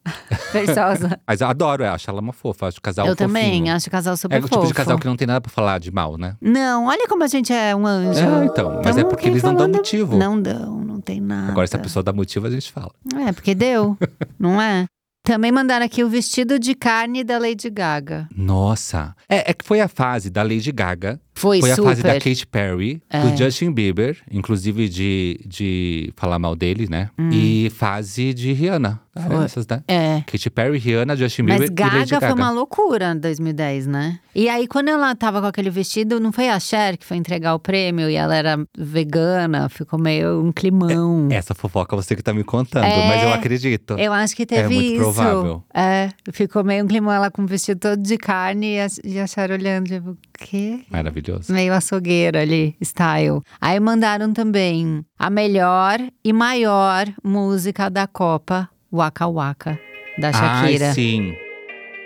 A: Versosa.
B: Mas eu adoro, eu acho ela uma fofa, acho o casal
A: eu
B: um fofinho.
A: também, acho o casal super
B: É o tipo
A: fofo.
B: de casal que não tem nada pra falar de mal, né?
A: Não, olha como a gente é um anjo.
B: É, então. Mas é
A: Tamo
B: porque
A: aqui
B: eles não dão
A: falando-
B: motivo.
A: Não dão, não tem nada.
B: Agora, se a pessoa dá motivo, a gente fala.
A: É, porque
B: (laughs)
A: deu, não é? Também mandaram aqui o vestido de carne da Lady Gaga.
B: Nossa. É, é que foi a fase da Lady Gaga,
A: Foi,
B: Foi a
A: super.
B: fase da Katy Perry,
A: É.
B: do Justin Bieber, inclusive de, de falar mal dele, né? E fase de Rihanna. Ah,
A: Hum. Foi.
B: Essas, né?
A: É.
B: Katy Perry, Rihanna, Justin
A: Mas
B: Bieber e
A: Gaga,
B: Lady Gaga.
A: foi uma loucura em 2010, né? E aí, quando ela tava com aquele vestido, não foi a Cher que foi entregar o prêmio e ela era vegana, ficou meio um climão.
B: Essa fofoca você que tá me contando,
A: É.
B: mas eu acredito.
A: Eu acho que teve
B: É muito
A: isso.
B: provável.
A: É, ficou meio um climão ela com o vestido todo de carne e a, e a Cher olhando, tipo, o quê?
B: Maravilhoso.
A: Meio açougueiro ali, style. Aí mandaram também a melhor e maior música da Copa, Waka Waka, da Shakira.
B: Ai, sim.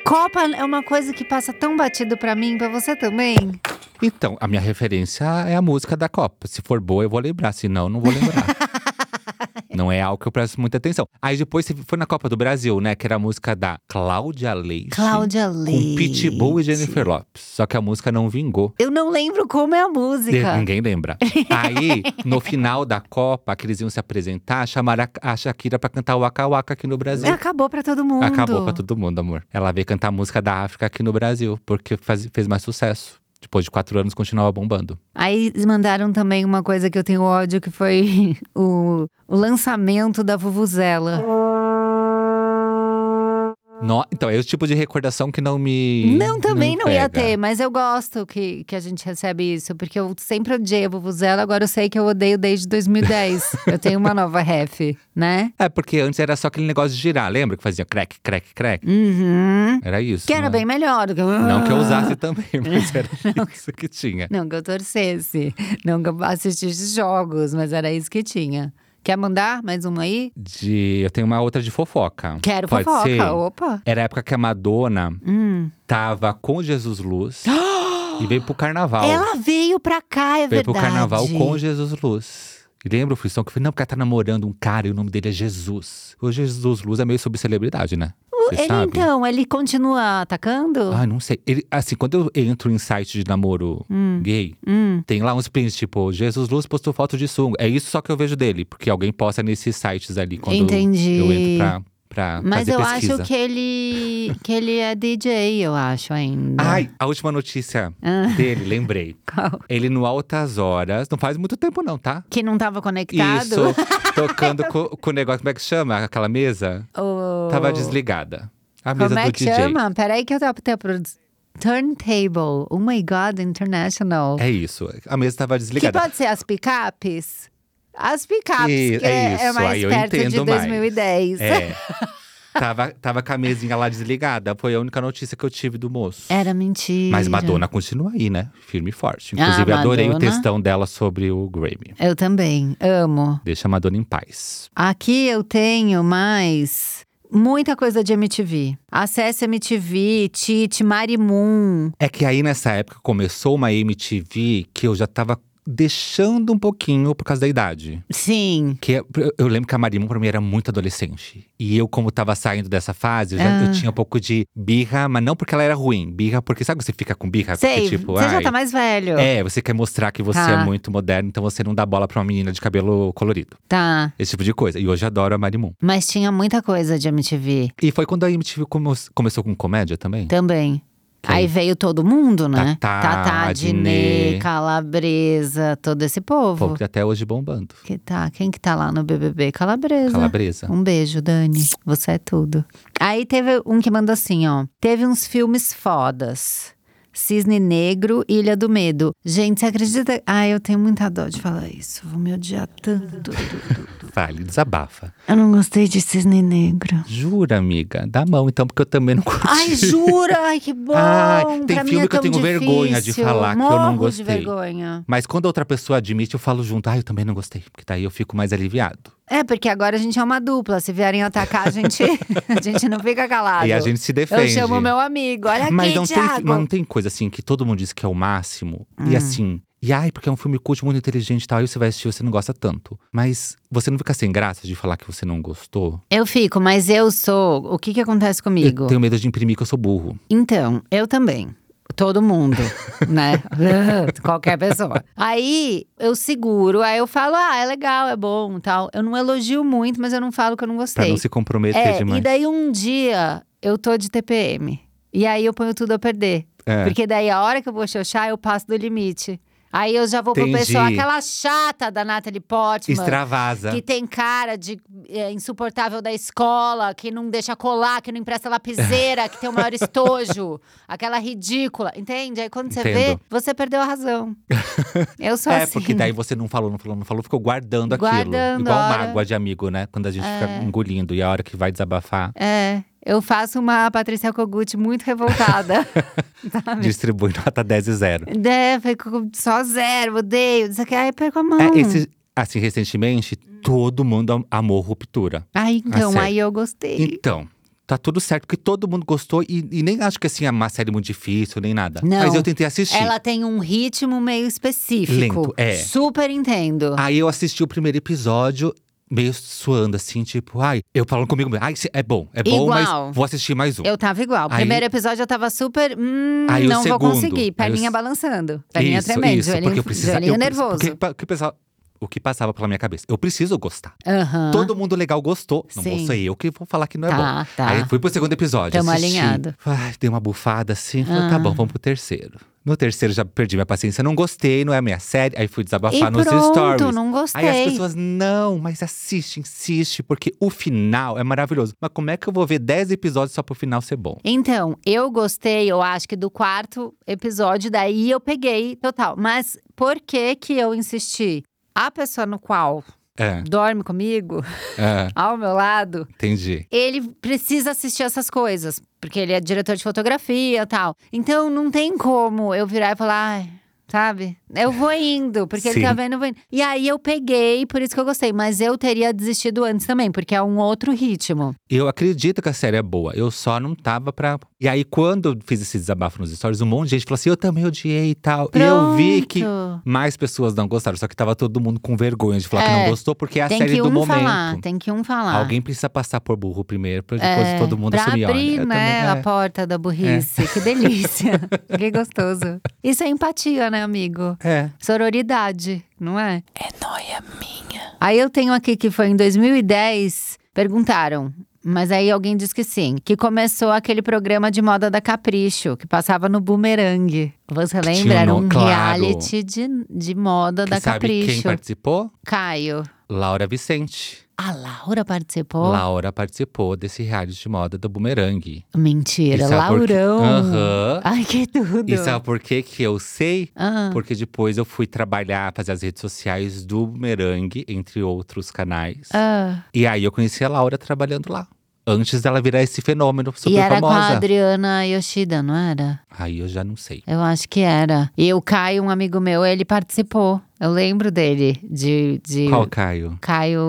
A: Copa é uma coisa que passa tão batido pra mim, pra você também.
B: Então, a minha referência é a música da Copa. Se for boa, eu vou lembrar. Se não, não
A: (laughs)
B: vou lembrar. não é algo que eu presto muita atenção. Aí depois você foi na Copa do Brasil, né? Que era a música da Cláudia Leite.
A: Cláudia Leite.
B: Com Pitbull e Jennifer Lopes. Só que a música não vingou.
A: Eu não lembro como é a música. (laughs)
B: Ninguém lembra. Aí, no final da Copa, que eles iam se apresentar, chamaram a, a Shakira pra cantar o Waka Waka aqui no Brasil.
A: Acabou pra todo mundo.
B: Acabou pra todo mundo, amor. Ela veio cantar a música da África aqui no Brasil, porque faz- fez mais sucesso. Depois de quatro anos, continuava bombando.
A: Aí mandaram também uma coisa que eu tenho ódio, que foi (laughs) o, o lançamento da Vuvuzela.
B: No- então, é o tipo de recordação que não me.
A: não, também
B: me
A: não, ia
B: pega.
A: ter, mas eu gosto que, que a gente recebe isso, porque eu sempre odiei a Vuvuzela, agora eu sei que eu odeio desde (laughs) 2010. eu tenho uma nova ref, né?
B: É, porque antes era só aquele negócio de girar, lembra? Que fazia crack, crack, crack.
A: Uhum.
B: Era isso.
A: Que era
B: né?
A: bem Ah. melhor do que.
B: Não que eu usasse também,
A: (laughs)
B: mas era isso que tinha.
A: Não que eu torcesse, não que eu assistisse jogos, mas era isso que tinha. Quer mandar mais uma aí?
B: De. Eu tenho uma outra de fofoca.
A: Quero
B: Pode
A: fofoca,
B: Ser?
A: opa.
B: Era a época que a Madonna
A: Hum.
B: tava com Jesus Luz
A: (gasps)
B: e veio pro carnaval.
A: Ela veio pra cá, é
B: veio
A: verdade.
B: pro carnaval com Jesus Luz. E lembra o Frisson que eu falei, não, porque ela tá namorando um cara e o nome dele é Jesus. O Jesus Luz é meio sobre celebridade, né? Você
A: Ele
B: sabe?
A: então, ele continua atacando?
B: Ah, não sei. Ele- assim, quando eu entro em site de namoro gay,
A: Hum.
B: tem lá uns prints, tipo, Jesus Luz postou foto de sunga. É isso só que eu vejo dele, porque alguém posta nesses sites ali quando
A: Entendi.
B: eu entro pra, pra
A: Mas
B: fazer
A: eu
B: pesquisa.
A: acho que ele, que ele é DJ, eu acho ainda.
B: Ai, a última notícia
A: Ah.
B: dele, lembrei.
A: (laughs) Qual?
B: Ele no Altas Horas, não faz muito tempo não, tá?
A: Que não tava conectado.
B: Isso, tocando co- com o negócio, como é que chama? Aquela mesa?
A: O-
B: Tava desligada. A
A: Oh.
B: mesa
A: Como é
B: do
A: que
B: DJ.
A: chama? Peraí que eu tava até produzindo. Turntable. Oh my God, international.
B: É isso, a mesa tava
A: que
B: desligada.
A: pode ser as picapes? As picapes,
B: E-
A: que é,
B: isso,
A: mais
B: aí eu
A: perto
B: entendo
A: de
B: mais.
A: 2010.
B: É. tava, tava com a mesinha lá desligada, foi a única notícia que eu tive do moço.
A: Era mentira.
B: Mas Madonna continua aí, né? Firme e forte. Inclusive,
A: Ah,
B: adorei o
A: Madonna.
B: textão dela sobre o Grammy.
A: Eu também, amo.
B: Deixa a Madonna em paz.
A: Aqui eu tenho mais muita coisa de MTV. Acesse MTV, Tite, Mari Moon.
B: É que aí nessa época começou uma MTV que eu já tava deixando um pouquinho por causa da idade.
A: Sim.
B: Que é, eu- eu lembro que a Marimun pra mim era muito adolescente. E eu, como tava saindo dessa fase, eu, já-
A: Ah.
B: eu tinha um pouco de birra, mas não porque ela era ruim. Birra, porque sabe que você fica com birra? Porque,
A: Sei,
B: tipo,
A: você já
B: ai,
A: tá mais velho.
B: É, você quer mostrar que você
A: Tá.
B: é muito moderno, então você não dá bola pra uma menina de cabelo colorido.
A: Tá.
B: Esse tipo de coisa. E hoje eu adoro a Marimun.
A: Mas tinha muita coisa de MTV
B: E foi quando a MTV come- começou com comédia também?
A: também.
B: Quem?
A: Aí veio todo mundo, né?
B: Tatá,
A: Dinê,
B: Dinê.
A: Calabresa, todo esse povo.
B: Pô, que até hoje bombando.
A: Que tá, quem que tá lá no BBB? Calabresa.
B: Calabresa.
A: Um beijo, Dani. Você é tudo. Aí teve um que mandou assim, ó. Teve uns filmes fodas. Cisne Negro, Ilha do Medo. Gente, você acredita? Ai, eu tenho muita dó de falar isso. Vou me odiar tanto.
B: Fale, desabafa.
A: Eu não gostei de Cisne Negro.
B: Jura, amiga? Dá a mão então, porque eu também não curti.
A: Ai, jura? Ai, que bom!
B: Ai, tem
A: pra mim
B: filme
A: é
B: que eu
A: tão
B: tenho vergonha de
A: difícil.
B: falar que eu
A: Morro
B: não gostei.
A: de vergonha.
B: Mas quando a outra pessoa admite, eu falo junto. Ah, eu também não gostei. Porque daí eu fico mais aliviado.
A: É, porque agora a gente é uma dupla. Se vierem atacar, a gente,
B: (laughs)
A: a gente não fica calado.
B: E a gente se
A: Eu
B: defende.
A: chamo meu amigo. Olha
B: mas
A: aqui,
B: não
A: Thiago. Hum.
B: tem, mas não tem coisa assim que todo mundo diz que é o máximo. E assim… E ai, porque é um filme cult, muito inteligente e tal. Aí você vai assistir, você não gosta tanto. Mas você não fica sem graça de falar que você não gostou?
A: Eu fico, mas eu sou. O que que acontece comigo?
B: Eu tenho medo de imprimir que eu sou burro.
A: Então, eu também. Todo
B: (laughs)
A: mundo, né? (laughs) Qualquer pessoa. Aí eu seguro, aí eu falo, ah, é legal, é bom tal. Eu não elogio muito, mas eu não falo que eu não
B: Pra
A: gostei.
B: não se comprometer
A: é, e
B: demais.
A: daí um dia eu tô de TPM. E aí eu ponho tudo a perder.
B: É.
A: Porque daí a hora que eu vou xoxar, eu passo do limite. Aí eu já vou pro
B: Entendi.
A: pessoal, aquela chata da Natalie Portman.
B: Extravasa.
A: Que tem cara de é, insuportável da escola, que não deixa colar, que não empresta lapiseira, que tem o maior
B: (laughs)
A: estojo. Aquela ridícula, entende? Aí quando você vê,
B: Entendo.
A: você perdeu a
B: (laughs)
A: razão. Eu sou
B: é,
A: assim.
B: porque daí você não falou, não falou, não falou, ficou guardando,
A: Guardando, É.
B: aquilo. Igual
A: a hora-
B: mágoa de amigo, né? Quando a gente fica engolindo e a hora que vai desabafar,
A: É, eu faço uma Patrícia Kogut muito
B: (laughs)
A: revoltada. sabe?
B: distribui (laughs) nota 10 e 0.
A: É, fico só zero, odeio, isso aqui, aí perco a mão.
B: É, esse, assim, recentemente, todo mundo am- amou ruptura.
A: Aí então,
B: sério.
A: aí eu gostei.
B: Então, tá tudo certo, porque todo mundo gostou e, e nem acho que assim, é uma série muito difícil, nem nada.
A: Não.
B: Mas eu tentei assistir.
A: Ela tem um ritmo meio específico.
B: Lento, é. Ah,
A: Super entendo.
B: Aí eu assisti o primeiro episódio, meio suando assim, tipo, ai, eu falando comigo mesmo, ai, cê- é bom, é bom,
A: Igual.
B: mas vou assistir mais um.
A: Eu tava igual. O
B: Aí-
A: primeiro episódio eu tava super. Hum,
B: Aí o
A: não vou
B: segundo, aí
A: conseguir.
B: o
A: Perninha
B: s-
A: balançando. Perninha
B: isso,
A: é tremendo.
B: isso,
A: joelhinho
B: porque eu precisava.
A: joelhinho é nervoso.
B: Porque, pa- o que pensava- o que passava pela minha cabeça? Eu preciso gostar.
A: Aham.
B: Todo mundo legal gostou. Não
A: Sim.
B: vou ser eu que vou falar que não é
A: Tá,
B: bom.
A: tá.
B: Aí fui pro segundo episódio.
A: Tamo
B: assisti.
A: alinhado. Ah.
B: Ai, dei uma bufada assim. Falei, tá bom, vamos pro terceiro. No terceiro já perdi minha paciência. Não gostei, não é a minha série. Aí fui
A: E
B: desabafar nos
A: pronto,
B: stories.
A: não gostei.
B: Aí as pessoas, não, mas assiste, insiste, porque o final é maravilhoso. Mas como é que eu vou ver 10 episódios só pro final ser bom?
A: Então, eu gostei, eu acho que do quarto episódio, daí eu peguei total. Mas por que que eu insisti? A pessoa no qual
B: É,
A: dorme comigo,
B: é,
A: ao meu lado,
B: entendi.
A: ele precisa assistir essas coisas. Porque ele é diretor de fotografia e tal. Então não tem como eu virar e falar, "Ai", sabe? Eu vou indo, porque ele tá
B: Sim.
A: vendo, eu vou indo. E aí eu peguei, por isso que eu gostei. Mas eu teria desistido antes também, porque é um outro ritmo.
B: Eu acredito que a série é boa, eu só não tava pra. E aí, quando eu fiz esse desabafo nos stories, um monte de gente falou assim: eu também odiei e tal. E eu vi que
A: Pronto.
B: mais pessoas não gostaram, só que tava todo mundo com vergonha de falar que
A: É.
B: não gostou, porque é a
A: tem
B: série
A: que
B: do
A: um
B: momento.
A: falar, tem que um falar.
B: Alguém precisa passar por burro primeiro, pra depois
A: É,
B: todo mundo
A: pra
B: assumir. olha,
A: abrir,
B: eu
A: né,
B: também-
A: a
B: é.
A: porta da burrice. Que delícia. (laughs) que gostoso. Isso é empatia, né, amigo?
B: É.
A: Sororidade, não é? É noia minha. Aí eu tenho aqui que foi em 2010, perguntaram. Mas aí alguém diz que sim. Que começou aquele programa de moda da Capricho, que passava no Boomerang. Você
B: tinha
A: lembra?
B: um
A: Era um
B: nome, claro.
A: reality de, de moda
B: Que
A: da
B: sabe quem
A: Capricho.
B: participou?
A: Caio.
B: Laura Vicente.
A: A Laura participou?
B: Laura participou desse reality de moda do Boomerang.
A: Mentira,
B: E sabe por quê?
A: Laurão.
B: Aham.
A: Ai, que tudo.
B: E sabe por que que eu sei?
A: Ah,
B: Porque depois eu fui trabalhar, fazer as redes sociais do Boomerang, entre outros canais.
A: ah.
B: E aí eu conheci a Laura trabalhando lá. Antes dela virar esse fenômeno super
A: E era com a
B: famosa.
A: Adriana Yoshida, não era?
B: Aí eu já não sei.
A: Eu acho que era. E o Caio, um amigo meu, ele participou. Eu lembro dele, de, de
B: Qual, Caio?
A: Caio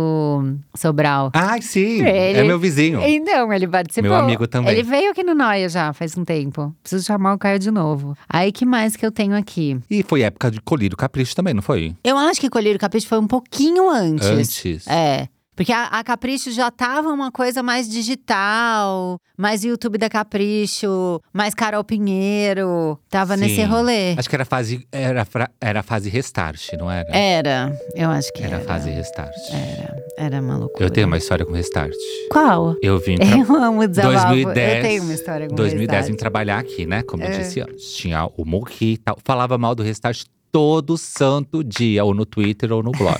A: Sobral.
B: Ai, sim!
A: Ele-
B: É meu vizinho.
A: Então, ele participou.
B: Meu amigo também.
A: Ele veio aqui no Noia já faz um tempo. Preciso chamar o Caio de novo. Aí, que mais que eu tenho aqui?
B: E foi época de Colírio Capricho também, não foi?
A: Eu acho que Colírio Capricho foi um pouquinho antes.
B: Antes.
A: É. Porque a, a Capricho já tava uma coisa mais digital, mais YouTube da Capricho, mais Carol Pinheiro. Tava
B: Sim.
A: nesse rolê.
B: Acho que era fase, era, fra- era fase restart, não era?
A: É. Era, eu acho que
B: É. Era
A: era.
B: a fase restart.
A: Era, era uma loucura.
B: Eu tenho uma história com restart.
A: Qual?
B: Eu vim pra
A: (laughs) Eu amo desabafo.
B: 2010.
A: eu tenho uma história com É.
B: 2010 (laughs) vim
A: verdade.
B: trabalhar aqui, né? Como eu disse antes. Tinha o Muki e tal. Falava mal do restart todo santo dia, ou no Twitter ou no
A: (laughs)
B: blog.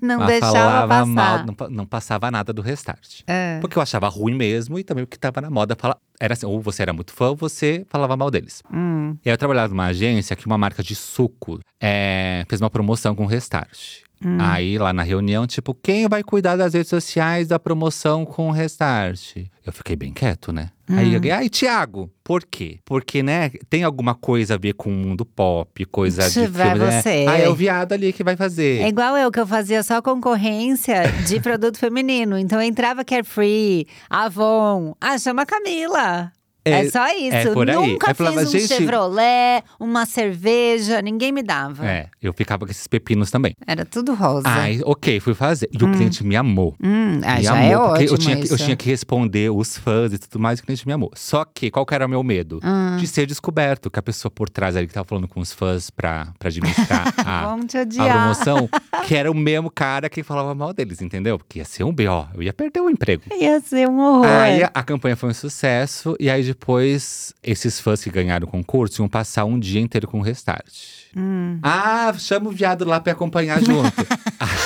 A: Não
B: Mas
A: deixava
B: falava
A: passar.
B: mal, não, pa- não passava nada do restart.
A: É.
B: Porque eu achava ruim mesmo e também o que tava na moda fala, era assim, ou você era muito fã, ou você falava mal deles.
A: Hum,
B: E aí eu trabalhava numa agência que uma marca de suco é, fez uma promoção com o Restart.
A: Hum.
B: Aí lá na reunião, tipo, quem vai cuidar das redes sociais da promoção com o Restart? Eu fiquei bem quieto, né?
A: Hum.
B: Aí alguém, ai, Tiago, por quê? Porque, né, tem alguma coisa a ver com o mundo pop, coisa de
A: Se vai
B: filme, né?
A: você.
B: Ah, é o viado ali que vai fazer.
A: É igual eu que eu fazia só concorrência de (laughs) produto feminino. Então eu entrava Carefree, Avon, ah, chama Camila. É,
B: É,
A: só isso.
B: é por aí.
A: Nunca
B: Aí falava,
A: fiz um
B: "Gente-
A: Chevrolet, uma cerveja, ninguém me dava.
B: É, eu ficava com esses pepinos também.
A: Era tudo rosa.
B: Ai, ok, fui fazer. E o cliente me amou.
A: Hum, ah,
B: me
A: já é
B: amou, porque
A: ótimo
B: eu tinha, que,
A: isso.
B: eu tinha que responder os fãs e tudo mais, e o cliente me amou. Só que, qual que era o meu medo?
A: Ah.
B: De ser descoberto, que a pessoa por trás ali que tava falando com os fãs pra, pra
A: (laughs)
B: administrar a,
A: Vão te
B: a
A: odiar.
B: promoção, que era o mesmo cara que falava mal deles, entendeu? Porque ia ser um B.O., eu ia perder o emprego.
A: (laughs) Ia ser um horror.
B: Aí a campanha foi um sucesso, e aí depois esses fãs que ganharam o concurso iam passar um dia inteiro com o restart.
A: Hum.
B: Ah, chama o viado lá pra
A: (laughs)
B: acompanhar junto.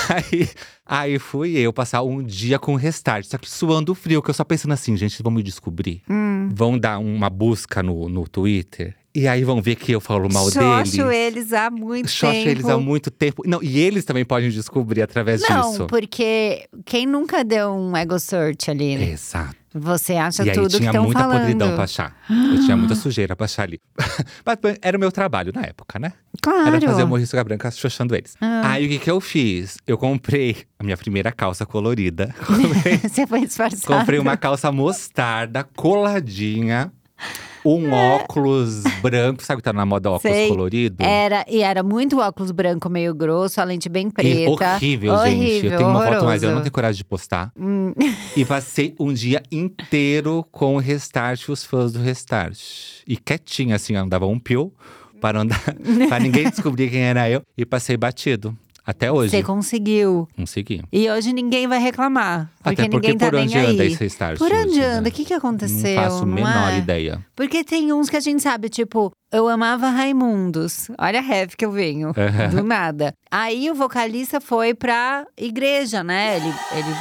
B: aí, aí fui eu passar um dia com o restart, só que suando frio, que eu só pensando assim, gente, vão me descobrir.
A: Hum.
B: Vão dar uma busca no, no Twitter. E aí vão ver que eu falo mal
A: Xoxo
B: deles.
A: eles há muito
B: Xoxo
A: tempo.
B: eles há muito tempo. Não, e eles também podem descobrir através
A: Não,
B: disso.
A: porque quem nunca deu um ego search ali, né?
B: Exato.
A: Você acha
B: É. e aí
A: tudo que
B: tinha
A: estão
B: muita
A: falando.
B: podridão pra achar. Eu tinha
A: (gasps)
B: muita sujeira pra achar ali. (laughs) Mas bem, era o meu trabalho na época, né?
A: Claro. Ah.
B: Era
A: (laughs)
B: fazer o Morrisca Branca xoxando eles. Aí o que, que eu fiz? Eu comprei a minha primeira calça colorida. (laughs)
A: (laughs)
B: Comprei,
A: Você foi disfarçado.
B: comprei uma calça mostarda coladinha. Um óculos branco, sabe que tá na moda óculos
A: É. Sei. É,
B: colorido?
A: Era, e era muito óculos branco meio grosso, a lente bem
B: E
A: preta.
B: É horrível, gente. Eu
A: Horrível,
B: tenho uma foto, mas eu não
A: horroroso.
B: tenho coragem de postar.
A: Hum.
B: E passei um dia inteiro com o Restart, os fãs do Restart. E quietinha, assim, eu andava um pio para,
A: (laughs)
B: não dar- para ninguém descobrir quem era eu. E passei batido. Até hoje.
A: Você conseguiu.
B: Consegui.
A: E hoje ninguém vai reclamar. Porque,
B: Até porque
A: ninguém tá
B: por
A: nem
B: onde
A: aí.
B: anda esse restart?
A: Por onde
B: hoje,
A: anda?
B: né?
A: O que, tá que aconteceu?
B: Não faço a
A: Não
B: menor
A: é?
B: ideia.
A: Porque tem uns que a gente sabe, tipo, eu amava Raimundos. Olha a ref que eu
B: (laughs)
A: venho.
B: Aham.
A: Do nada. Aí o vocalista foi pra igreja, né? Ele, ele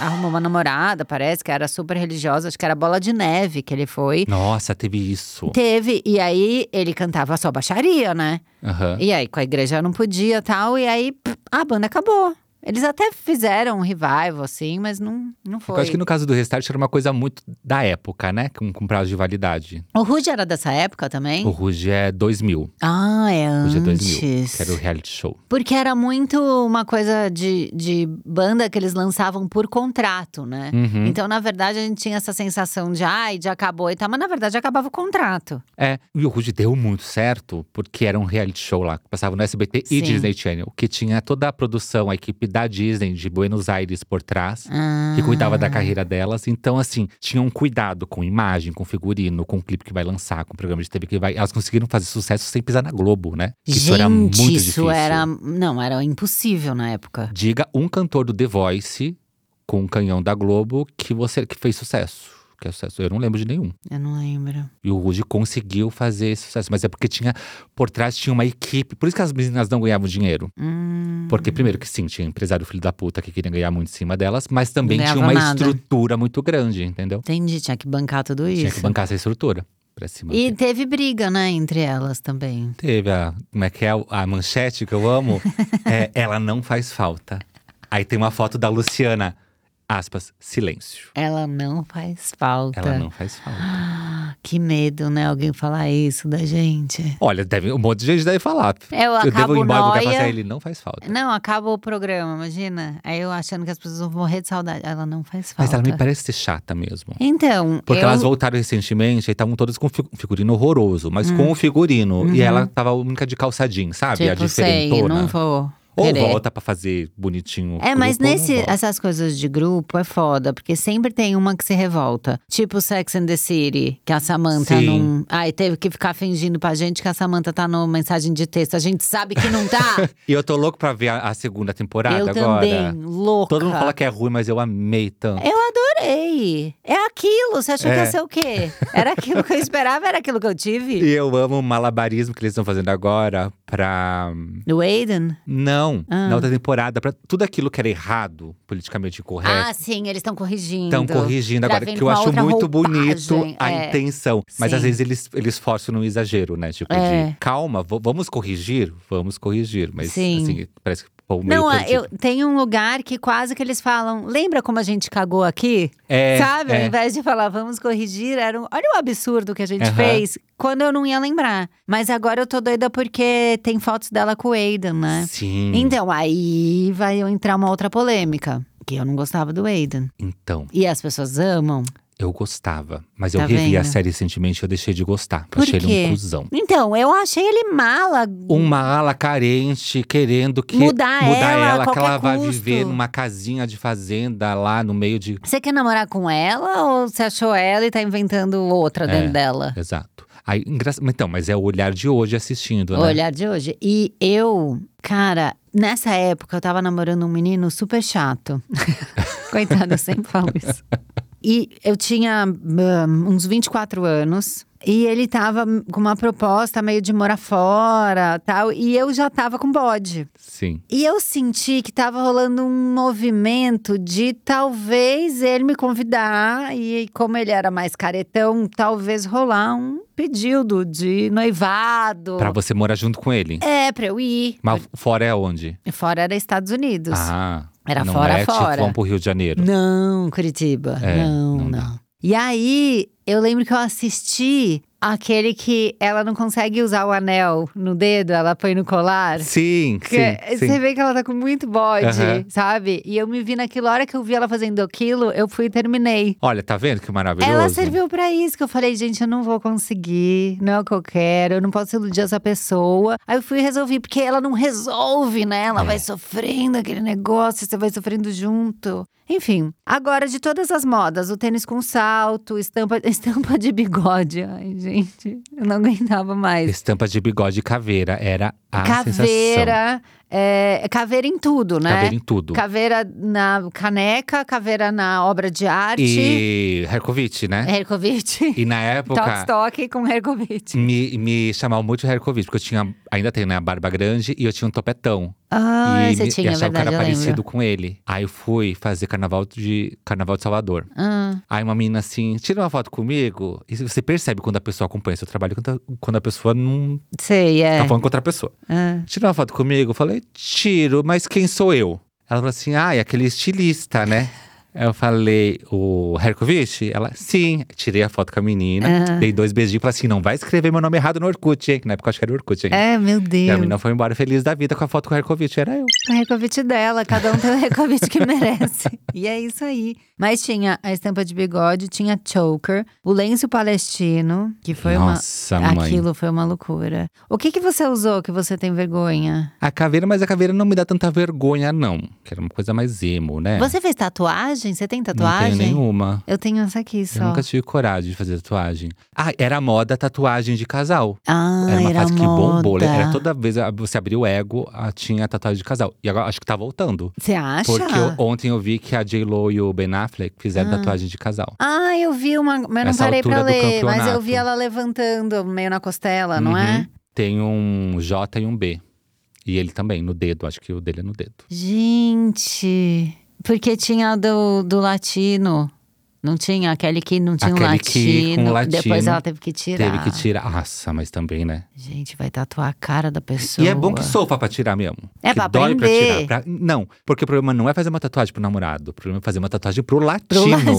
A: arrumou uma namorada, parece que era super religiosa, acho que era bola de neve que ele foi.
B: Nossa, teve isso.
A: Teve, e aí ele cantava só baixaria, né?
B: Aham.
A: E aí com a igreja não podia tal, e aí pff, a banda acabou. Eles até fizeram um revival, assim, mas não, não
B: Eu
A: foi.
B: acho É que no caso do restart era uma coisa muito da época, né? Com, com prazo de validade.
A: O Rude era dessa época também?
B: O Ruge é 2000.
A: Ah, é
B: Ruge é
A: antes.
B: 2000, que era o reality show.
A: Porque era muito uma coisa de, de banda que eles lançavam por contrato, né?
B: Uhum.
A: Então, na verdade, a gente tinha essa sensação de ai, já acabou e tal, mas na verdade acabava o contrato.
B: É, e o Ruge deu muito certo, porque era um reality show lá, que passava no SBT
A: Sim.
B: e Disney Channel, que tinha toda a produção, a equipe da Disney de Buenos Aires por trás.
A: Ah.
B: que cuidava da carreira delas. Então, assim, tinham cuidado com imagem, com figurino, com o clipe que vai lançar, com o programa de TV que vai. Elas conseguiram fazer sucesso sem pisar na Globo, né? Que
A: Gente,
B: isso era muito
A: isso
B: difícil.
A: era. Não, era impossível na época.
B: Diga um cantor do The Voice com um canhão da Globo que você que fez sucesso. Que é sucesso. Eu não lembro de nenhum.
A: Eu não lembro.
B: E o Ruge conseguiu fazer esse sucesso. Mas é porque tinha. Por trás tinha uma equipe. Por isso que as meninas não ganhavam dinheiro.
A: Hum,
B: Porque, primeiro, que sim, tinha empresário filho da puta que queria ganhar muito em cima delas, mas também
A: Não
B: tinha
A: ganhava
B: uma
A: nada.
B: estrutura muito grande, entendeu?
A: entendi, tinha que bancar tudo
B: Tinha
A: isso.
B: que bancar essa estrutura pra cima.
A: E teve briga, né, entre elas também.
B: Teve a. Como é que é? A manchete que
A: (laughs)
B: eu amo. é, ela não faz falta. Aí tem uma foto da Luciana. Aspas, silêncio.
A: Ela não faz falta.
B: Ela não faz falta.
A: (gasps) Que medo, né? Alguém falar isso da gente.
B: Olha, deve, um monte de gente deve falar.
A: Eu
B: eu devo
A: acabo
B: ir embora, porque
A: nóia.
B: fazer ele não faz falta.
A: Não, acaba o programa, imagina. Aí eu achando que as pessoas vão morrer de saudade. Ela não faz
B: Mas
A: falta.
B: ela me parece ser chata mesmo.
A: Então,
B: Porque
A: eu...
B: elas voltaram recentemente e estavam todas com fi- um figurino horroroso, mas com o figurino. E ela tava a única de calçadinho, sabe?
A: Hum.
B: a
A: Uhum. tipo, sei,
B: diferentona.
A: não vou
B: Ou
A: querer.
B: volta pra fazer bonitinho. o
A: É, mas
B: grupo, ou não
A: nesse,
B: volta.
A: essas coisas de grupo é foda, porque sempre tem uma que se revolta. Tipo Sex and the City, que a Samantha
B: Sim.
A: não. Ai, teve que ficar fingindo pra gente que a Samantha tá numa mensagem de texto. A gente sabe que
B: (laughs)
A: não tá.
B: E eu tô louco pra ver a, a segunda temporada
A: eu
B: agora.
A: também, louca.
B: Todo mundo fala que é ruim, mas eu amei tanto.
A: Eu adorei. É aquilo. Você achou que ia
B: É.
A: ser o quê? Era aquilo que eu esperava, era aquilo que eu tive?
B: E eu amo o malabarismo que eles estão fazendo agora pra.
A: Do Aiden?
B: Não,
A: Ah.
B: na outra temporada, pra tudo aquilo que era errado, politicamente incorreto.
A: Ah, sim, eles estão corrigindo.
B: Estão É. corrigindo agora,
A: Trazendo
B: que eu
A: uma
B: acho
A: outra
B: muito
A: roupagem,
B: bonito a
A: é.
B: intenção. Mas às
A: Sim.
B: vezes eles, eles forçam no exagero, né? Tipo,
A: É.
B: de calma, vo- vamos corrigir? Vamos corrigir. Mas
A: Sim.
B: assim, parece que. o meio
A: Não, ah,
B: perdido.
A: eu tem um lugar que quase que eles falam. Lembra como a gente cagou aqui?
B: É,
A: Sabe? Ao
B: é.
A: invés de falar vamos corrigir, era um, olha o absurdo que a gente
B: Aham.
A: fez quando eu não ia lembrar. Mas agora eu tô doida porque tem fotos dela com o Aiden, né?
B: Sim.
A: Então aí vai entrar uma outra polêmica, que eu não gostava do Aiden.
B: Então,
A: E as pessoas amam.
B: eu gostava. Mas eu
A: Tá
B: revi a
A: vendo?
B: série recentemente e eu deixei de gostar.
A: Por
B: achei ele
A: quê?
B: um cuzão.
A: Então, eu achei ele mala.
B: Uma ala carente, querendo que
A: Mudar ela a
B: que ela
A: qualquer
B: vai
A: custo.
B: viver numa casinha de fazenda lá no meio de.
A: Você quer namorar com ela ou você achou ela e tá inventando
B: É.
A: outra dentro dela?
B: Exato. Aí, engra... Então, mas é o olhar de hoje assistindo, né?
A: O olhar de hoje. E eu, cara, nessa época eu tava namorando um menino super chato. (laughs) Coitado, eu sempre falo isso. E eu tinha ah, uns 24 anos. E ele tava com uma proposta meio de morar fora tal. E eu já tava com bode.
B: Sim.
A: E eu senti que tava rolando um movimento de talvez ele me convidar e como ele era mais caretão, talvez rolar um pedido de noivado.
B: Pra você morar junto com ele.
A: É, pra eu ir.
B: Mas fora é onde?
A: E Fora era Estados Unidos.
B: Ah,
A: Era
B: não
A: fora,
B: é
A: fora.
B: Tipo, vamos pro Rio de Janeiro.
A: Não, Curitiba.
B: É,
A: não, não.
B: não dá.
A: E aí, eu lembro que eu assisti aquele que ela não consegue usar o anel no dedo, ela põe no colar.
B: Sim,
A: Que
B: sim,
A: Você
B: sim.
A: vê que ela tá com muito bode,
B: Aham.
A: sabe? E eu me vi naquilo, a hora que eu vi ela fazendo aquilo, eu fui e terminei.
B: Olha, tá vendo que maravilhoso?
A: Ela serviu pra isso, que eu falei, gente, eu não vou conseguir, não é o que eu quero, eu não posso iludir essa pessoa. Aí eu fui e resolvi, porque ela não resolve, né? Ela
B: É.
A: vai sofrendo aquele negócio, você vai sofrendo junto. Enfim, agora de todas as modas, o tênis com salto, estampa, (laughs) estampa de bigode. Ai, gente, eu não aguentava mais.
B: Estampa de bigode e caveira era é a sensação.
A: Caveira, é, caveira em tudo, né?
B: Caveira em tudo.
A: Caveira na caneca, caveira na obra de arte.
B: E Herkovich, né?
A: Herkovich.
B: E na
A: É. Toque
B: época…
A: toque com Herkovich.
B: Me, me chamavam muito de Herkovich, porque eu tinha… Ainda tenho, né? A barba grande e eu tinha um topetão.
A: Ah,
B: e
A: você
B: me- e
A: tinha, é
B: achava que eu
A: verdade,
B: era
A: eu
B: parecido
A: lembro.
B: com ele. Aí eu fui fazer carnaval de, carnaval de Salvador.
A: Ah,
B: Aí uma menina assim, tira uma foto comigo. E você percebe quando a pessoa acompanha seu trabalho, quando a, quando a pessoa não
A: sei, é.
B: tá falando com outra pessoa.
A: Ah.
B: Tira uma foto comigo, eu falei, tiro, mas quem sou eu? Ela falou assim, ah, é aquele estilista, né? Eu falei, o Herkovich? Ela, sim. Tirei a foto com a menina, dei dois beijinhos. Falei assim, não vai escrever meu nome errado no Orkut, hein? Que na época eu acho que era Orkut, hein?
A: É, meu
B: E a
A: Deus.
B: menina foi embora feliz da vida com a foto com o Herkovich, era eu.
A: O Herkovich dela, cada um tem o Herkovich
B: (laughs)
A: que merece. E é isso aí. Mas tinha a estampa de bigode, tinha choker, o lenço palestino, que foi
B: Nossa,
A: uma.
B: mãe.
A: Aquilo foi uma loucura. O que, que você usou que você tem vergonha?
B: A caveira, mas a caveira não me dá tanta vergonha, não. Que era uma coisa mais emo, né?
A: Você fez tatuagem? tatuagem? Você tem tatuagem?
B: Não tenho nenhuma.
A: Eu tenho essa aqui só.
B: Eu nunca tive coragem de fazer tatuagem. Ah, era a moda tatuagem de casal.
A: Ah,
B: Era uma fase que
A: moda.
B: bombou. Era toda vez a- você abria o ego, a- tinha tatuagem de casal. E agora acho que tá voltando.
A: Você acha?
B: Porque eu- ontem eu vi que a J-Lo e o Ben Affleck fizeram tatuagem de casal.
A: Ah, eu vi uma. Mas não
B: Essa
A: parei pra
B: altura do
A: ler, mas eu vi
B: campeonato.
A: ela levantando meio na costela, não é?
B: Uhum. Tem um J e um B. E ele também, no dedo. Acho que o dele é no dedo.
A: Gente, porque tinha a do, do latino. Não tinha aquele que não tinha um
B: Aquele
A: latino.
B: que com latino
A: Depois ela teve que tirar.
B: Teve que tirar. Nossa, mas também, né?
A: Gente, vai tatuar a cara da pessoa.
B: E é bom que sopa pra tirar mesmo.
A: É
B: que
A: pra
B: dói
A: aprender.
B: pra tirar. pra- Não, porque o problema não é fazer uma tatuagem pro namorado. O problema é fazer uma tatuagem pro latino.
A: latino.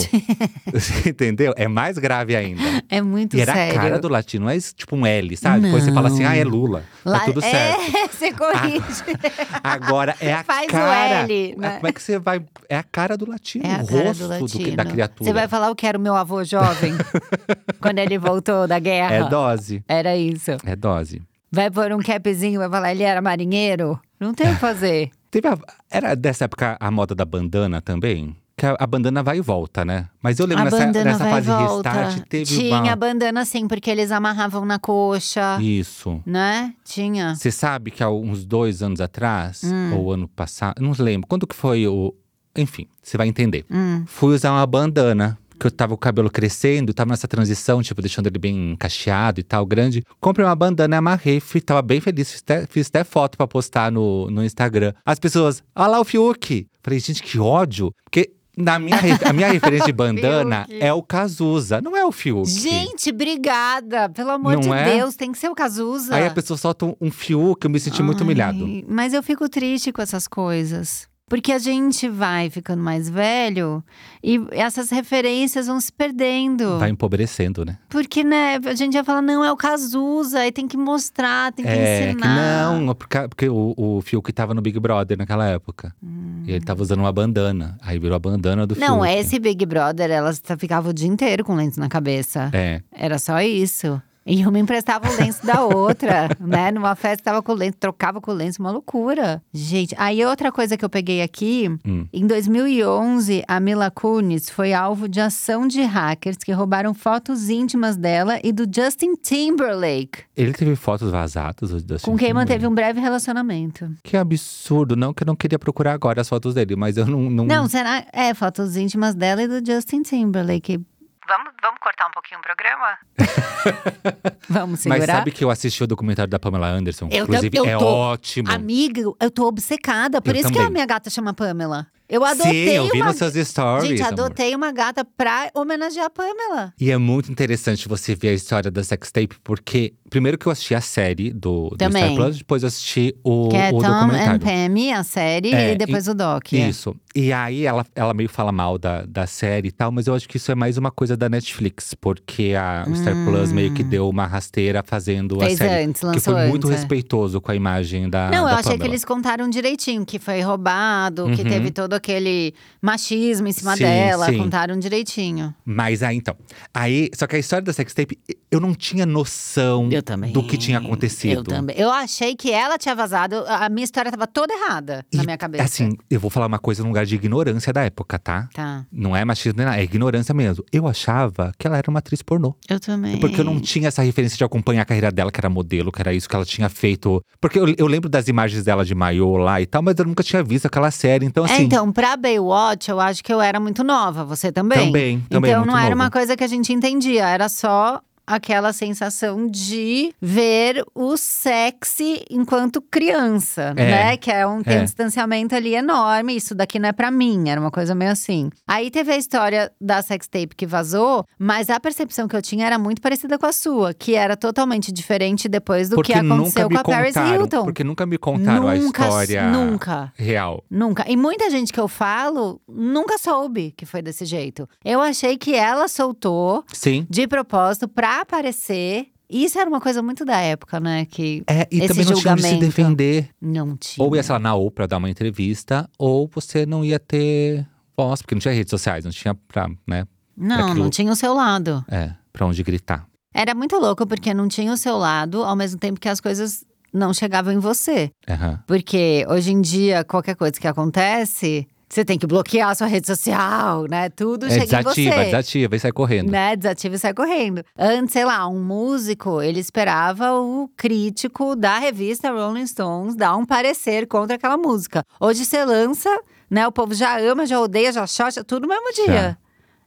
B: Você (laughs) entendeu? É mais grave ainda.
A: (laughs) É muito
B: e era
A: sério.
B: a cara do latino, é esse, tipo um L, sabe? Depois você fala assim, ah, é Lula.
A: La-
B: Tá tudo certo. Ah,
A: É, (laughs) você corrige.
B: Agora
A: (laughs)
B: é a
A: Faz o
B: cara.
A: L, né?
B: Ah, Como é que você vai. É a cara do latino,
A: É a
B: o
A: cara
B: rosto
A: do
B: do que-
A: latino.
B: da criatura.
A: Você vai falar o que era o meu avô
B: (laughs)
A: jovem? quando ele voltou da guerra.
B: É dose.
A: Era isso.
B: É dose.
A: Vai pôr um capzinho, vai falar, ele era marinheiro? Não tem o que fazer.
B: Teve a- era dessa época a moda da bandana também? Que a, a bandana vai e volta, né? Mas eu lembro
A: a
B: nessa,
A: bandana
B: nessa
A: vai e
B: fase
A: volta.
B: restart teve
A: Tinha
B: uma.
A: bandana sim, porque eles amarravam na coxa,
B: Isso.
A: né? Tinha.
B: Você sabe que há uns dois anos atrás,
A: Hum.
B: ou ano passado, não lembro, quando que foi o. Enfim, você vai entender.
A: Hum.
B: Fui usar uma bandana, que eu tava com o cabelo crescendo, tava nessa transição, tipo, deixando ele bem cacheado e tal, grande. Comprei uma bandana, amarrei, fui, tava bem feliz, fiz até, fiz até foto pra postar no, no Instagram. As pessoas, olha lá o Fiuk! Falei, gente, que ódio! Porque. Na minha, re- a minha referência
A: (laughs)
B: de bandana
A: Fiuk.
B: é o Cazuza, não é o Fiuk.
A: Gente, obrigada! Pelo amor
B: Não
A: de
B: é?
A: Deus, tem que ser o Cazuza.
B: Aí a pessoa solta um, um Fiuk, eu me senti muito
A: Ai,
B: humilhado.
A: Mas eu fico triste com essas coisas. Porque a gente vai ficando mais velho e essas referências vão se perdendo.
B: Vai empobrecendo, né?
A: Porque, né, a gente já fala, não, é o Cazuza, aí tem que mostrar, tem que
B: É, que
A: ensinar.
B: não, porque, porque o, o Fiuk tava no Big Brother naquela época. E ele tava usando uma bandana. Aí virou a bandana do
A: Hum. Não,
B: Fiuk.
A: esse Big Brother, elas t- ficavam o dia inteiro com lente na cabeça.
B: É.
A: Era só isso. E uma emprestava o lenço da
B: (laughs)
A: outra, né? Numa festa tava com o lenço, trocava com o lenço, uma loucura. Gente, aí outra coisa que eu peguei aqui,
B: Hum.
A: em 2011, a Mila Kunis foi alvo de ação de hackers que roubaram fotos íntimas dela e do Justin Timberlake,
B: Ele teve fotos vazadas do Justin
A: com quem
B: Timberlake.
A: manteve um breve relacionamento.
B: Que absurdo. Não que eu não queria procurar agora as fotos dele, mas eu não. não...
A: Não, será? É, fotos íntimas dela e do Justin Timberlake. Vamos, vamos cortar um pouquinho o programa? (laughs) vamos segurar?
B: mas sabe que eu assisti o documentário da Pamela Anderson?
A: Eu tam-
B: Inclusive,
A: eu
B: é
A: tô.
B: ótimo.
A: Amiga, eu tô obcecada. Por
B: Eu
A: isso que a
B: também.
A: minha gata chama Pamela. Eu
B: Sim,
A: adotei
B: eu vi
A: uma…
B: nos seus stories.
A: Gente,
B: amor.
A: adotei uma gata pra homenagear a Pamela.
B: E é muito interessante você ver a história da sextape, porque primeiro que eu assisti a série do, do
A: Também.
B: Star Plus, depois eu assisti o,
A: que é Tom
B: o
A: and
B: documentário.
A: Pammy, a série,
B: É,
A: e depois o Doc. é.
B: Isso. E aí ela, ela meio fala mal da, da série e tal, mas eu acho que isso é mais uma coisa da Netflix, porque a o Star Plus meio que deu uma rasteira fazendo
A: Hum. Fez
B: a série.
A: antes,
B: que
A: lançou
B: foi muito
A: antes, é.
B: respeitoso com a imagem da.
A: Não,
B: da
A: eu achei
B: Pamela.
A: que eles contaram direitinho, que foi roubado, que
B: Uhum.
A: teve todo aquele machismo em cima
B: Sim,
A: dela.
B: sim.
A: Contaram direitinho.
B: Mas aí então. Aí, só que a história da sextape, eu não tinha noção
A: Eu também.
B: do que tinha acontecido.
A: Eu também. Eu achei que ela tinha vazado. A a minha história tava toda errada na
B: E,
A: minha cabeça.
B: Assim, eu vou falar uma coisa num lugar de ignorância da época, tá?
A: Tá.
B: Não é machismo nem nada, é ignorância mesmo. Eu achava que ela era uma atriz pornô.
A: Eu também.
B: É Porque eu não tinha essa referência de acompanhar a carreira dela, que era modelo, que era isso que ela tinha feito. Porque eu, eu lembro das imagens dela de maiô lá e tal, mas eu nunca tinha visto aquela série. Então, assim.
A: É, então, pra Baywatch, eu acho que eu era muito nova. Você também?
B: Também, também, é
A: Então,
B: muito
A: não era
B: novo.
A: uma coisa que a gente entendia. Era só aquela sensação de ver o sexy enquanto criança,
B: É,
A: né? Que é um, tem um
B: é.
A: distanciamento ali enorme. Isso daqui não é pra mim. Era uma coisa meio assim. Aí teve a história da sextape que vazou. Mas a percepção que eu tinha era muito parecida com a sua. Que era totalmente diferente depois do
B: porque
A: que
B: nunca
A: aconteceu
B: me
A: com a Paris
B: contaram.
A: Hilton.
B: Porque nunca me contaram a
A: Nunca,
B: história
A: nunca.
B: real.
A: Nunca. E muita gente que eu falo nunca soube que foi desse jeito. Eu achei que ela soltou
B: Sim.
A: de propósito pra aparecer. E Isso era uma coisa muito da época, né? Que
B: É, e
A: Esse
B: também não tinha onde se
A: julgamento.
B: defender.
A: não tinha.
B: Ou ia, sei lá, na OU pra dar uma entrevista, ou você não ia ter voz, porque não tinha redes sociais, não tinha pra, né?
A: não,
B: aquilo-
A: não tinha o seu lado.
B: É, pra onde gritar.
A: Era muito louco porque não tinha o seu lado, ao mesmo tempo que as coisas não chegavam em você.
B: Aham.
A: Porque hoje em dia, qualquer coisa que acontece, Você tem que bloquear a sua rede social, né? Tudo chega em
B: É, desativa,
A: você.
B: desativa e sai correndo.
A: Né? Desativa e sai correndo. Antes, sei lá, um músico, ele esperava o crítico da revista Rolling Stones dar um parecer contra aquela música. Hoje você lança, né? O povo já ama, já odeia, já xoxa, tudo no mesmo dia.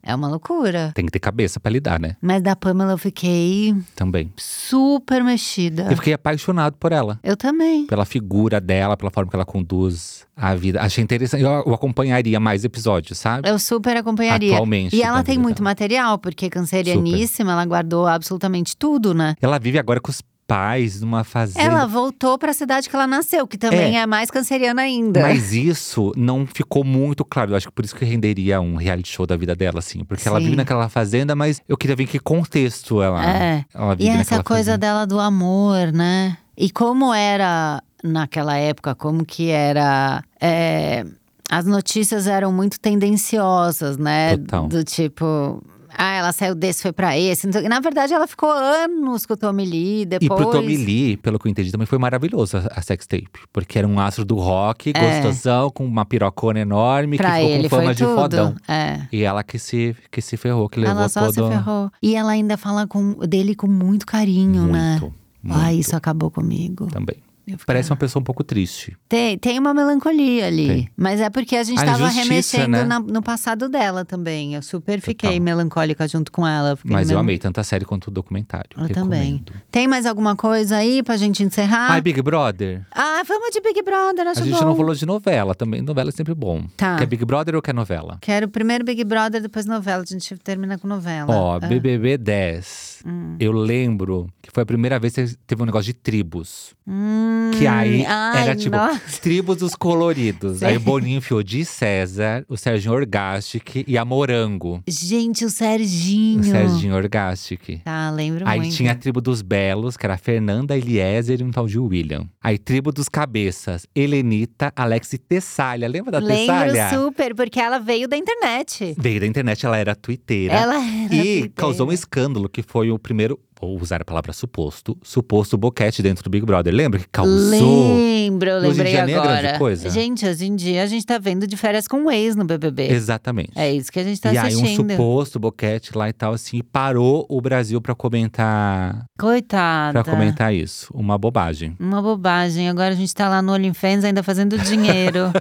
A: É uma loucura.
B: Tem que ter cabeça pra lidar, né?
A: Mas da Pamela eu fiquei
B: Também.
A: super mexida.
B: Eu fiquei apaixonado por ela.
A: Eu também.
B: Pela figura dela, pela forma que ela conduz a vida. Achei interessante. Eu eu acompanharia mais episódios, sabe?
A: Eu super acompanharia.
B: Atualmente,
A: E ela
B: da
A: tem
B: vida
A: muito
B: dela.
A: material, porque cancerianíssima, ela guardou absolutamente tudo, né?
B: Ela vive agora com os pais numa fazenda.
A: Ela voltou pra cidade que ela nasceu, que também é, mais canceriana ainda.
B: Mas isso não ficou muito claro. Eu acho que por isso que renderia um reality show da vida dela, assim. Porque ela
A: Sim.
B: vive naquela fazenda, mas eu queria ver em que contexto ela,
A: É.
B: ela
A: E
B: vive
A: essa
B: naquela
A: coisa
B: fazenda.
A: dela do amor, né? E como era naquela época, como que era. é, as notícias eram muito tendenciosas, né?
B: Total.
A: Do tipo. Ah, ela saiu desse, foi pra esse. Então, e na verdade, ela ficou anos com o Tommy Lee,
B: E
A: depois…
B: pro Tommy Lee, pelo que eu entendi, também foi maravilhoso a, a sex tape. Porque era um astro do rock,
A: É.
B: gostosão, com uma pirocona enorme,
A: pra
B: que ficou
A: ele
B: com fama
A: foi
B: de
A: tudo.
B: fodão.
A: É.
B: E ela que se, que se ferrou, que levou
A: Ela só se
B: todo…
A: ferrou. E ela ainda fala com, dele com muito carinho,
B: Muito,
A: né?
B: muito.
A: Ai, isso acabou comigo.
B: Também.
A: Eu fiquei-
B: Parece uma pessoa um pouco triste.
A: Tem, tem uma melancolia ali.
B: Tem.
A: Mas é porque a gente
B: A
A: tava
B: injustiça,
A: remexendo
B: né?
A: na- no passado dela também. Eu super fiquei
B: Total.
A: melancólica junto com ela. Fiquei
B: Mas
A: mel-
B: eu amei tanto a série quanto o documentário.
A: Eu também.
B: Recomendo.
A: Tem mais alguma coisa aí pra gente encerrar?
B: Ai, Big Brother…
A: Ah, vamos de Big Brother, acho
B: A gente
A: bom.
B: não falou de novela também. Novela é sempre bom.
A: Tá.
B: Quer Big Brother ou quer novela?
A: Quero primeiro Big Brother, depois novela. A gente termina com novela. Hum.
B: Ó,
A: Ah.
B: BBB 10. Eu lembro que foi a primeira vez que teve um negócio de tribos.
A: Hum,
B: Que aí
A: ai,
B: era tipo,
A: nossa.
B: tribos dos coloridos.
A: Sei.
B: Aí Boninho enfiou de César, o Serginho Orgastic e a Morango.
A: Gente, o
B: O
A: Serginho.
B: Serginho Orgastic.
A: Tá, lembro
B: Aí
A: muito.
B: tinha a tribo dos belos, que era a Fernanda, Eliezer e um tal de William. Aí tribo dos cabeças, Helenita, Alex e Tessália. Lembra da
A: Lembro
B: Tessália?
A: super, porque ela veio da internet.
B: Veio da internet, ela era twitteira.
A: Ela era
B: E causou um
A: tuiteira.
B: escândalo que foi o primeiro, vou usar a palavra suposto, suposto boquete dentro do Big Brother. Lembra que causou?
A: Lembro, eu
B: Hoje em
A: lembrei
B: dia nem é
A: agora.
B: grande coisa.
A: Gente, hoje em dia a gente tá vendo de férias com o ex no BBB.
B: Exatamente.
A: É isso que a gente tá
B: e aí um
A: assistindo.
B: suposto boquete lá e tal assim, e parou o Brasil pra comentar,
A: Coitada.
B: para comentar isso, uma bobagem.
A: Uma bobagem. Agora a gente tá lá no OnlyFans ainda fazendo
B: (laughs)
A: dinheiro.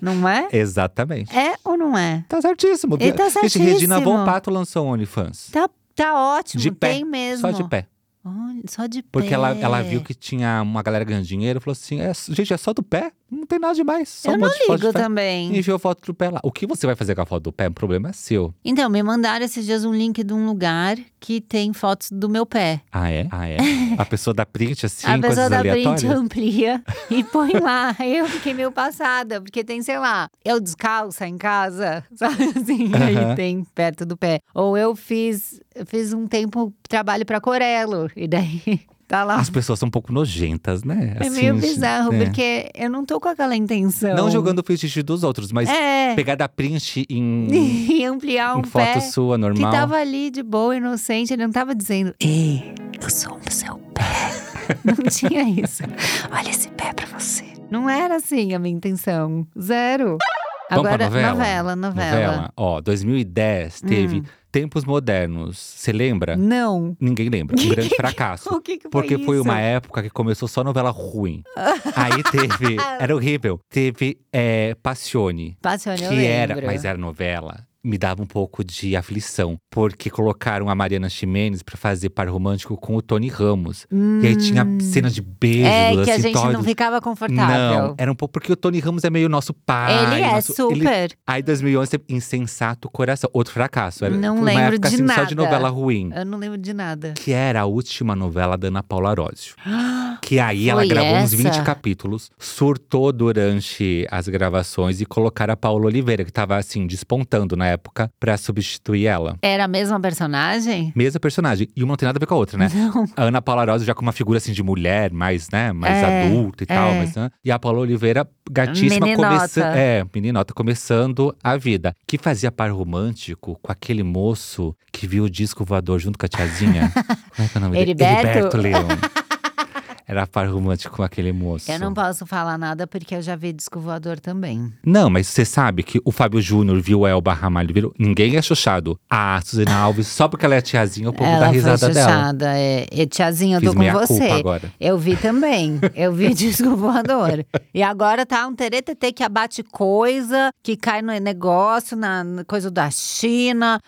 A: não é?
B: Exatamente.
A: É ou não é?
B: Tá certíssimo.
A: E tá
B: Gente, Regina
A: certíssimo.
B: Volpato lançou um OnlyFans.
A: Tá, tá ótimo,
B: De pé,
A: tem mesmo. É.
B: Só de pé.
A: Olha, só de
B: Porque
A: pé.
B: ela, ela viu que tinha uma galera ganhando dinheiro, falou assim: "É, gente, é só do pé? Não tem nada demais. Só
A: Eu
B: um
A: não
B: monte de foto de
A: ligo
B: pé."
A: também.
B: E enfiou foto do pé lá. O que você vai fazer com a foto do pé? O problema é seu.
A: Então, me mandaram esses dias um link de um lugar que tem fotos do meu pé.
B: Ah, é? Ah, é. a pessoa dá print assim,
A: a pessoa
B: coisas
A: da
B: aleatórias?
A: print é um
B: (laughs)
A: amplia e põe lá. Aí eu fiquei meio passada, porque tem, sei lá, eu descalça em casa, (laughs) sabe assim?
B: Aham.
A: Aí tem perto do pé. Ou eu fiz, eu fiz um tempo trabalho pra Corelo, e daí (laughs) tá lá.
B: As pessoas são um pouco nojentas, né?
A: é
B: Assim,
A: meio
B: assim,
A: bizarro,
B: né?
A: porque eu não tô com aquela intenção.
B: Não jogando o fetiche dos outros, mas (laughs)
A: É, (laughs)
B: pegar da print em,
A: e ampliar um
B: em foto
A: pé.
B: sua
A: Que
B: normal.
A: tava ali de boa, inocente, ele não tava dizendo, ei, eu sou o seu pé. (laughs) não tinha isso. Olha esse pé pra você. Não era assim a minha intenção. Zero.
B: Vamos pra
A: Agora,
B: novela?
A: novela, novela.
B: Novela. Ó, 2010 teve
A: Hum.
B: Tempos Modernos. Você lembra?
A: Não.
B: Ninguém lembra.
A: (laughs)
B: Um grande fracasso.
A: O que, que foi
B: Porque
A: é isso?
B: foi uma época que começou só
A: (laughs)
B: novela ruim. Aí teve. Era horrível. Teve é, Passione.
A: Passione, eu
B: que era,
A: lembro.
B: mas era novela, me dava um pouco de aflição, porque colocaram a Mariana Ximenes pra fazer par romântico com o Tony Ramos. E aí tinha cenas de beijos,
A: Hum. É, que a
B: assim,
A: gente
B: todos-
A: não ficava confortável.
B: Não, era um pouco porque o Tony Ramos é meio nosso pai.
A: ele é
B: nosso- ele-
A: super.
B: Aí 2011 teve é Insensato Coração, outro fracasso. Era
A: Não
B: uma
A: lembro
B: época,
A: de
B: assim, só de
A: nada.
B: novela ruim.
A: Eu não lembro de nada.
B: Que era a última novela da Ana Paula Arósio. Que aí ela
A: Foi
B: gravou uns
A: essa?
B: 20 capítulos, surtou durante as gravações e colocaram a Paula Oliveira, que tava assim, despontando na época, pra substituir ela.
A: Era a mesma personagem?
B: Mesma personagem. E uma não tem nada a ver com a outra, né?
A: Não.
B: A Ana Paula Rosa já com uma figura assim de mulher, mais, né? Mais
A: É,
B: adulta e tal.
A: é.
B: Mas, né? E a Paula Oliveira, gatíssima,
A: Meninota.
B: começando. É, meninota, começando a vida. Que fazia par romântico com aquele moço
A: (laughs)
B: que viu o disco voador junto com a tiazinha. Como é que é o nome dele?
A: Heriberto?
B: Leão. Era par romântico com aquele moço.
A: Eu não posso falar nada porque eu já vi disco voador também.
B: Não, mas você sabe que o Fábio Júnior viu o Elba Ramalho, virou. Ninguém é chuchado. A Suzana Alves, só porque ela é tiazinha, o povo dá
A: Ela foi
B: risada dela.
A: chuchada. É, E, tiazinha, eu
B: Fiz
A: tô com
B: meia
A: você.
B: culpa agora.
A: Eu vi também. Eu vi (laughs) disco voador. E agora tá um teretetê que abate coisa, que cai no negócio, na na coisa da China,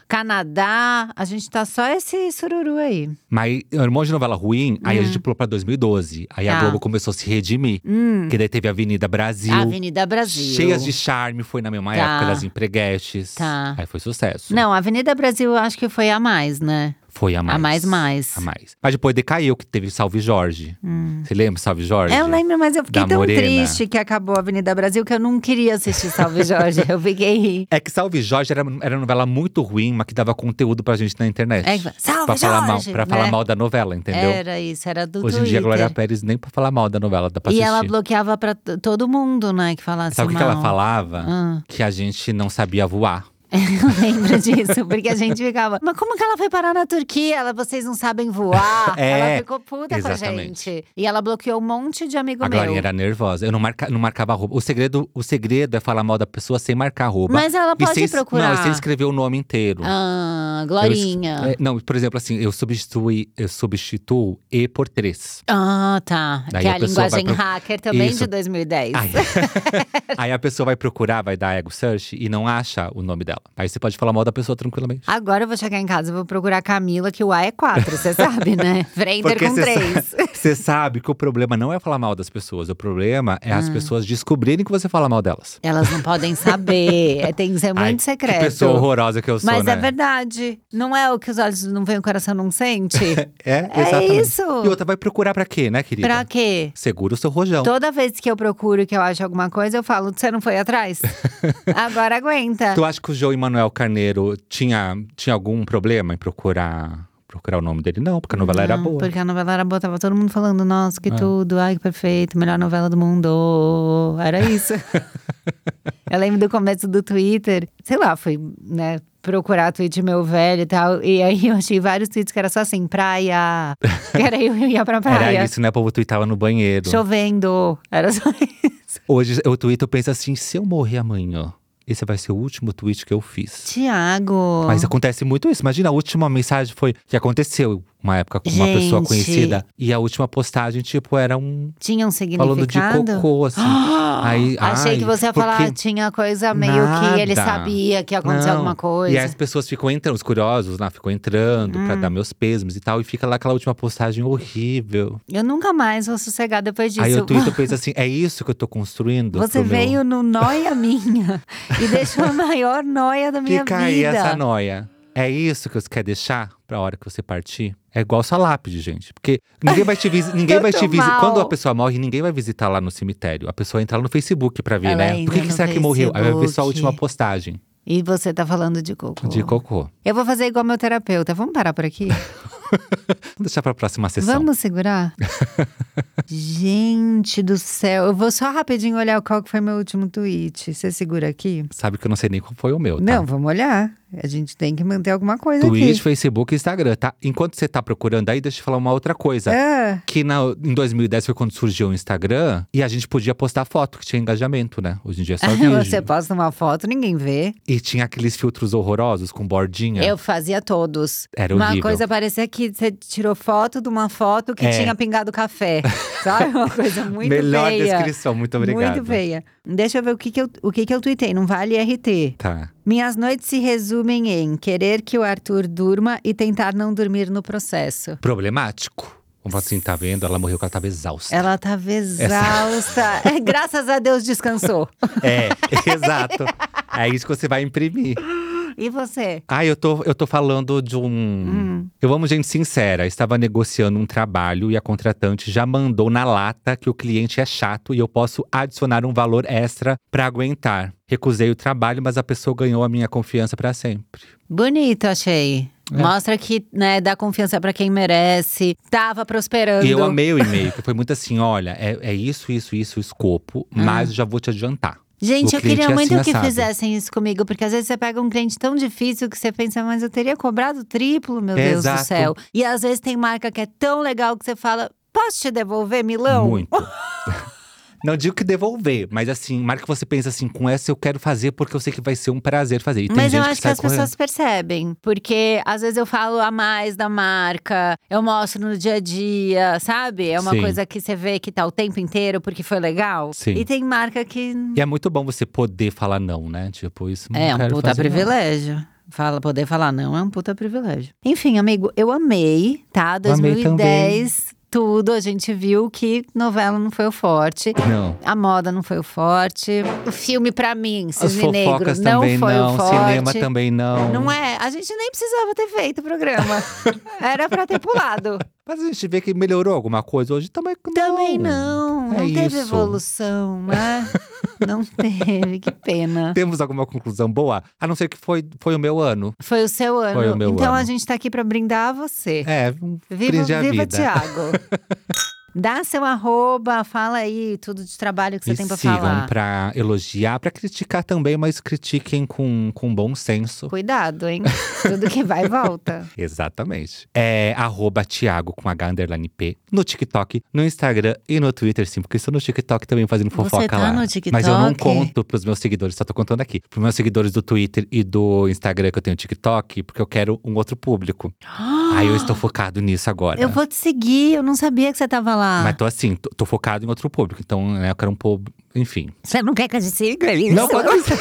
A: Canadá. A gente tá só esse sururu aí.
B: Mas o irmão de novela ruim, aí a gente pulou pra 2012. Aí
A: Hum. Tá. Hum.
B: a Globo começou a se redimir. Que daí teve a Avenida Brasil.
A: Avenida Brasil.
B: Cheias de charme, foi na mesma
A: Tá.
B: época das empreguetes.
A: Tá.
B: Aí foi sucesso.
A: Não, Avenida Brasil eu acho que foi a mais, né?
B: Foi a mais.
A: mais, mais.
B: A mais. Mas depois decaiu, que teve Salve Jorge. Você lembra Salve Jorge?
A: É, Eu lembro, mas eu fiquei
B: Da
A: tão
B: Morena.
A: triste que acabou a Avenida Brasil que eu não queria assistir Salve Jorge. eu fiquei.
B: É que Salve Jorge era, era uma novela muito ruim, mas que dava conteúdo pra gente na internet.
A: É, Salve
B: pra falar
A: Jorge,
B: mal, pra
A: né?
B: falar mal da novela, entendeu?
A: Era isso, era do
B: Hoje em
A: Twitter.
B: dia, a Glória Pérez nem pra falar mal da novela, dá pra
A: E
B: assistir.
A: ela bloqueava pra t- todo mundo, né, que falasse
B: Sabe o que que
A: mal.
B: ela falava?
A: Ah.
B: Que a gente não sabia voar.
A: (laughs) Eu lembro disso, porque a gente ficava… Mas como que ela foi parar na Turquia? Ela, vocês não sabem voar.
B: (laughs) É,
A: ela ficou puta com a
B: exatamente.
A: gente. E ela bloqueou um monte de amigo
B: A Glorinha
A: meu.
B: era nervosa. Eu não, marca, não marcava roupa. O segredo, o segredo é falar mal da pessoa sem marcar roupa.
A: Mas ela pode
B: sem,
A: procurar.
B: Não, e sem escrever o nome inteiro.
A: Ah,
B: Eu es-
A: Glorinha.
B: é, não, por exemplo, assim, eu substitui, eu substituo E por três.
A: Ah, tá.
B: Daí
A: que é
B: a
A: a
B: pessoa vai
A: linguagem
B: pro-
A: hacker também
B: Isso.
A: de 2010. (laughs)
B: Aí, aí a pessoa vai procurar, vai dar ego search e não acha o nome dela. Aí você pode falar mal da pessoa tranquilamente.
A: Agora eu vou chegar em casa e vou procurar a Camila, que o A é 4, você sabe,
B: (laughs)
A: né? Frender com
B: você
A: 3.
B: sa- você sabe que o problema não é falar mal das pessoas, o problema é
A: Ah.
B: as pessoas descobrirem que você fala mal delas.
A: Elas não podem saber, é, tem que ser muito
B: Ai,
A: secreto.
B: Que pessoa horrorosa que eu sou,
A: Mas
B: né?
A: é verdade. Não é o que os olhos não veem, o coração não
B: (laughs)
A: sente?
B: É,
A: É
B: exatamente.
A: isso.
B: E outra vai procurar pra quê, né, querida?
A: pra quê?
B: Segura o seu rojão.
A: Toda vez que eu procuro que eu acho alguma coisa, eu falo, você não foi
B: (laughs)
A: atrás? Agora aguenta.
B: Tu acha que o João Emanuel Carneiro tinha, tinha algum problema em procurar, procurar o nome dele? Não, porque a novela era
A: Não,
B: boa. Ah.
A: Porque a novela era boa, tava todo mundo falando, nossa, que tudo, ai, que perfeito, melhor novela do mundo. Era
B: (laughs)
A: isso. eu lembro do começo do Twitter, sei lá, fui, né, procurar tweet meu velho e tal. E aí eu achei vários tweets que era só assim,
B: (laughs)
A: praia. Que era eu eu ia pra praia.
B: Era isso, né? O povo tweetava no banheiro.
A: Chovendo. Era só isso.
B: Hoje eu tweeto, eu penso assim, se eu morrer amanhã, esse vai ser o último tweet que eu fiz.
A: Tiago.
B: Mas acontece muito isso. Imagina, a última mensagem foi que aconteceu uma época com uma pessoa
A: Gente.
B: conhecida. E a última postagem, tipo, era um
A: Tinha um
B: falando de
A: significado?
B: cocô,
A: (gasps)
B: assim. Aí,
A: Achei
B: ai,
A: que você ia falar,
B: porque-
A: tinha coisa meio que ele
B: Nada.
A: sabia que ia acontecer
B: Não.
A: alguma coisa. Hum.
B: E aí as pessoas ficam entrando, os curiosos lá ficam entrando pra dar meus pesmos e tal. E fica lá aquela última postagem horrível.
A: Eu nunca mais vou sossegar depois disso.
B: Aí
A: (laughs)
B: o Twitter pensa assim, é isso que eu tô construindo?
A: Você
B: pro meu-
A: veio no noia
B: (laughs)
A: minha e deixou a maior noia da minha
B: Fica
A: vida.
B: aí essa noia. É isso que você quer deixar pra hora que você partir? É igual sua lápide, gente. Porque ninguém vai
A: (laughs)
B: te visitar. ninguém
A: Eu
B: vai
A: tô
B: te visitar.
A: mal.
B: Quando a pessoa morre, ninguém vai visitar lá no cemitério. A pessoa entra lá no Facebook pra ver,
A: Ela
B: né? Por
A: entra
B: que, que
A: no
B: será que morreu? Aí vai ver só a
A: Facebook.
B: última postagem
A: E você tá falando de cocô.
B: de cocô.
A: Eu vou fazer igual meu terapeuta. Vamos parar por aqui?
B: Vamos deixar pra próxima sessão.
A: Vamos
B: (laughs)
A: segurar? Gente do céu. Eu vou só rapidinho olhar qual que foi meu último tweet. Você segura aqui?
B: Sabe que eu não sei nem qual foi o meu, tá?
A: Não, vamos olhar. A gente tem que manter alguma coisa
B: Twitch,
A: aqui.
B: Facebook e Instagram, tá? Enquanto você tá procurando aí, deixa eu falar uma outra coisa.
A: Ah,
B: Que na, em 2010 foi quando surgiu o Instagram e a gente podia postar foto, que tinha engajamento, né? Hoje em dia é
A: (laughs)
B: só vídeo.
A: você posta uma foto, ninguém vê.
B: E tinha aqueles filtros horrorosos com bordinha.
A: Eu fazia todos.
B: É. Era
A: uma
B: horrível.
A: coisa parecia que você tirou foto de uma foto que
B: É.
A: tinha pingado
B: (laughs)
A: café. Sabe? Uma coisa muito
B: Melhor
A: feia.
B: descrição, muito obrigado.
A: Muito feia. Deixa eu ver o que, que eu, o que, que eu tuitei. Não vale RT.
B: Tá.
A: Minhas noites se resumem em querer que o Arthur durma e tentar não dormir no processo.
B: Problemático. Como assim, tá vendo? Ela morreu porque ela tava exausta.
A: Ela tava exausta.
B: (laughs)
A: É, graças a Deus descansou.
B: É, (laughs) exato. É isso que você vai imprimir.
A: E você?
B: Ah, eu tô, eu tô falando de um.
A: Hum.
B: Eu amo gente sincera. Estava negociando um trabalho e a contratante já mandou na lata que o cliente é chato e eu posso adicionar um valor extra pra aguentar. Recusei o trabalho, mas a pessoa ganhou a minha confiança pra sempre.
A: Bonito, achei.
B: É.
A: Mostra que, né, dá confiança pra quem merece. Tava prosperando.
B: E eu amei o e-mail, que
A: (laughs)
B: foi muito assim: olha, é, é isso, isso, isso, o escopo,
A: Hum.
B: mas já vou te adiantar.
A: Gente,
B: O
A: eu queria
B: cliente é
A: muito
B: assim,
A: que
B: assado.
A: fizessem isso comigo, porque às vezes você pega um cliente tão difícil que você pensa, mas eu teria cobrado triplo, meu
B: É,
A: Deus
B: exato.
A: do céu. E às vezes tem marca que é tão legal que você fala, Posso te devolver, Milão? (laughs)
B: Muito. Não digo que devolver, mas assim, marca que você pensa assim, com essa eu quero fazer porque eu sei que vai ser um prazer fazer. E tem
A: Mas
B: gente
A: eu acho que,
B: sai
A: as
B: correndo.
A: pessoas percebem, porque às vezes eu falo a mais da marca, eu mostro no dia a dia, sabe? É uma
B: Sim.
A: coisa que você vê que tá o tempo inteiro porque foi legal.
B: Sim.
A: E tem marca que
B: E é muito bom você poder falar não, né? Tipo, isso não
A: é um
B: quero
A: puta
B: fazer, não.
A: privilégio. Fala, poder falar não é um puta privilégio. Enfim, amigo, eu amei, tá?
B: Eu amei também.
A: 2010, tudo, a gente viu que novela não foi o forte.
B: Não.
A: A moda não foi o forte. O filme, pra mim,
B: As
A: Cisne Negro,
B: fofocas
A: não
B: também
A: foi
B: não,
A: o forte.
B: cinema também não.
A: Não é? A gente nem precisava ter feito o
B: (laughs)
A: programa. Era pra ter pulado.
B: Mas a gente vê que melhorou alguma coisa hoje também. não.
A: Também não.
B: É
A: não teve
B: isso.
A: evolução, né? Não teve, que pena.
B: Temos alguma conclusão boa? A não ser que foi, foi o meu ano.
A: Foi o seu ano.
B: o meu
A: então a
B: ano.
A: gente tá aqui pra brindar a você.
B: É, um
A: Viva,
B: brinde à
A: viva
B: vida.
A: Tiago.
B: (laughs)
A: Dá seu arroba, fala aí tudo de trabalho que você
B: Me
A: tem pra
B: sigam
A: falar.
B: pra elogiar, pra criticar também, mas critiquem com, com bom senso.
A: Cuidado, hein? Tudo que vai, volta.
B: Exatamente. É arroba Thiago com H underline P no TikTok, no Instagram e no Twitter, sim, porque estou no TikTok também fazendo (laughs) fofoca
A: tá
B: lá.
A: no TikTok?
B: Mas eu não conto pros meus seguidores, só tô contando aqui. Pros meus seguidores do Twitter e do Instagram que eu tenho TikTok, porque eu quero um
A: (gasps)
B: outro público. Aí eu estou focado nisso agora.
A: Eu vou te seguir, eu não sabia que você tava lá.
B: Mas tô assim, tô, tô focado em outro público, então né, eu quero um público. Enfim.
A: Você não quer que a gente siga isso?
B: Não, pode,
A: Pra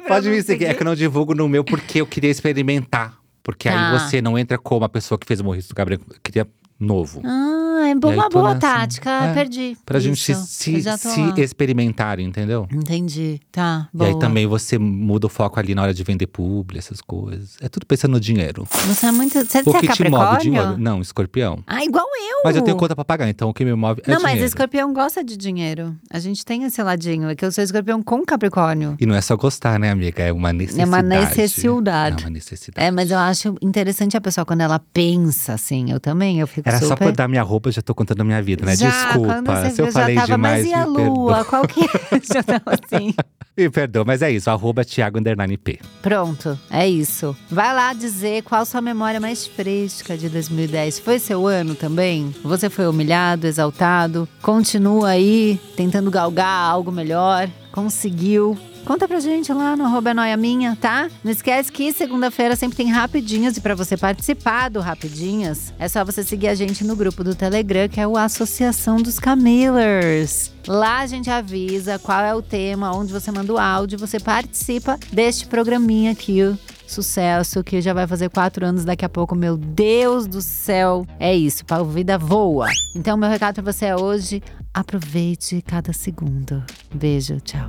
B: (laughs) pode
A: não
B: me seguir. É que eu não divulgo no meu porque eu queria experimentar. Porque
A: Tá.
B: aí você não entra como a pessoa que fez o Morris do Gabriel. Eu queria novo.
A: (laughs) Ah, é bo-
B: E aí
A: uma
B: tô
A: boa
B: nessa.
A: tática.
B: É,
A: Perdi.
B: Pra
A: Isso,
B: gente
A: eu
B: se,
A: já tô
B: se
A: lá.
B: experimentar, entendeu?
A: Entendi. Tá, boa.
B: E aí também você muda o foco ali na hora de vender publi, essas coisas. É tudo pensando no dinheiro.
A: Você é muito. Você,
B: o
A: você é
B: que te move dinheiro?
A: Capricórnio?
B: Não, escorpião.
A: Ah, igual eu.
B: Mas eu tenho conta pra pagar, então o que me move é
A: Não, mas
B: dinheiro.
A: escorpião gosta de dinheiro. A gente tem esse ladinho. É que eu sou escorpião com Capricórnio.
B: E não é só gostar, né, amiga? É uma necessidade.
A: necessidade.
B: É uma necessidade.
A: É, mas eu acho interessante a pessoa quando ela pensa assim. Eu também, eu fico
B: Era
A: super…
B: só pra eu dar minha roupa, eu já tô contando a minha vida, né?
A: Já, quando
B: Desculpa,
A: você
B: se eu
A: viu, já
B: falei
A: tava,
B: demais,
A: Mas e a
B: me perdoa. (laughs)
A: lua? Qual que é? (laughs) Já tava assim…
B: Me perdoa, mas é isso, arroba Thiago Underline P.
A: Pronto, é isso. Vai lá dizer qual sua memória mais fresca de 2010. Foi seu ano também? Você foi humilhado, exaltado? Continua aí tentando galgar algo melhor? Conseguiu? Conta pra gente lá no arroba Noia Minha, tá? Não esquece que segunda-feira sempre tem Rapidinhas e pra você participar do Rapidinhas, é só você seguir a gente no grupo do Telegram, que é o Associação dos Camilers. Lá a gente avisa qual é o tema, onde você manda o áudio, você participa deste programinha aqui, ó. sucesso, que já vai fazer quatro anos daqui a pouco. Meu Deus do céu! É isso, a vida voa. Então, meu recado pra você é hoje: aproveite cada segundo. Beijo, tchau.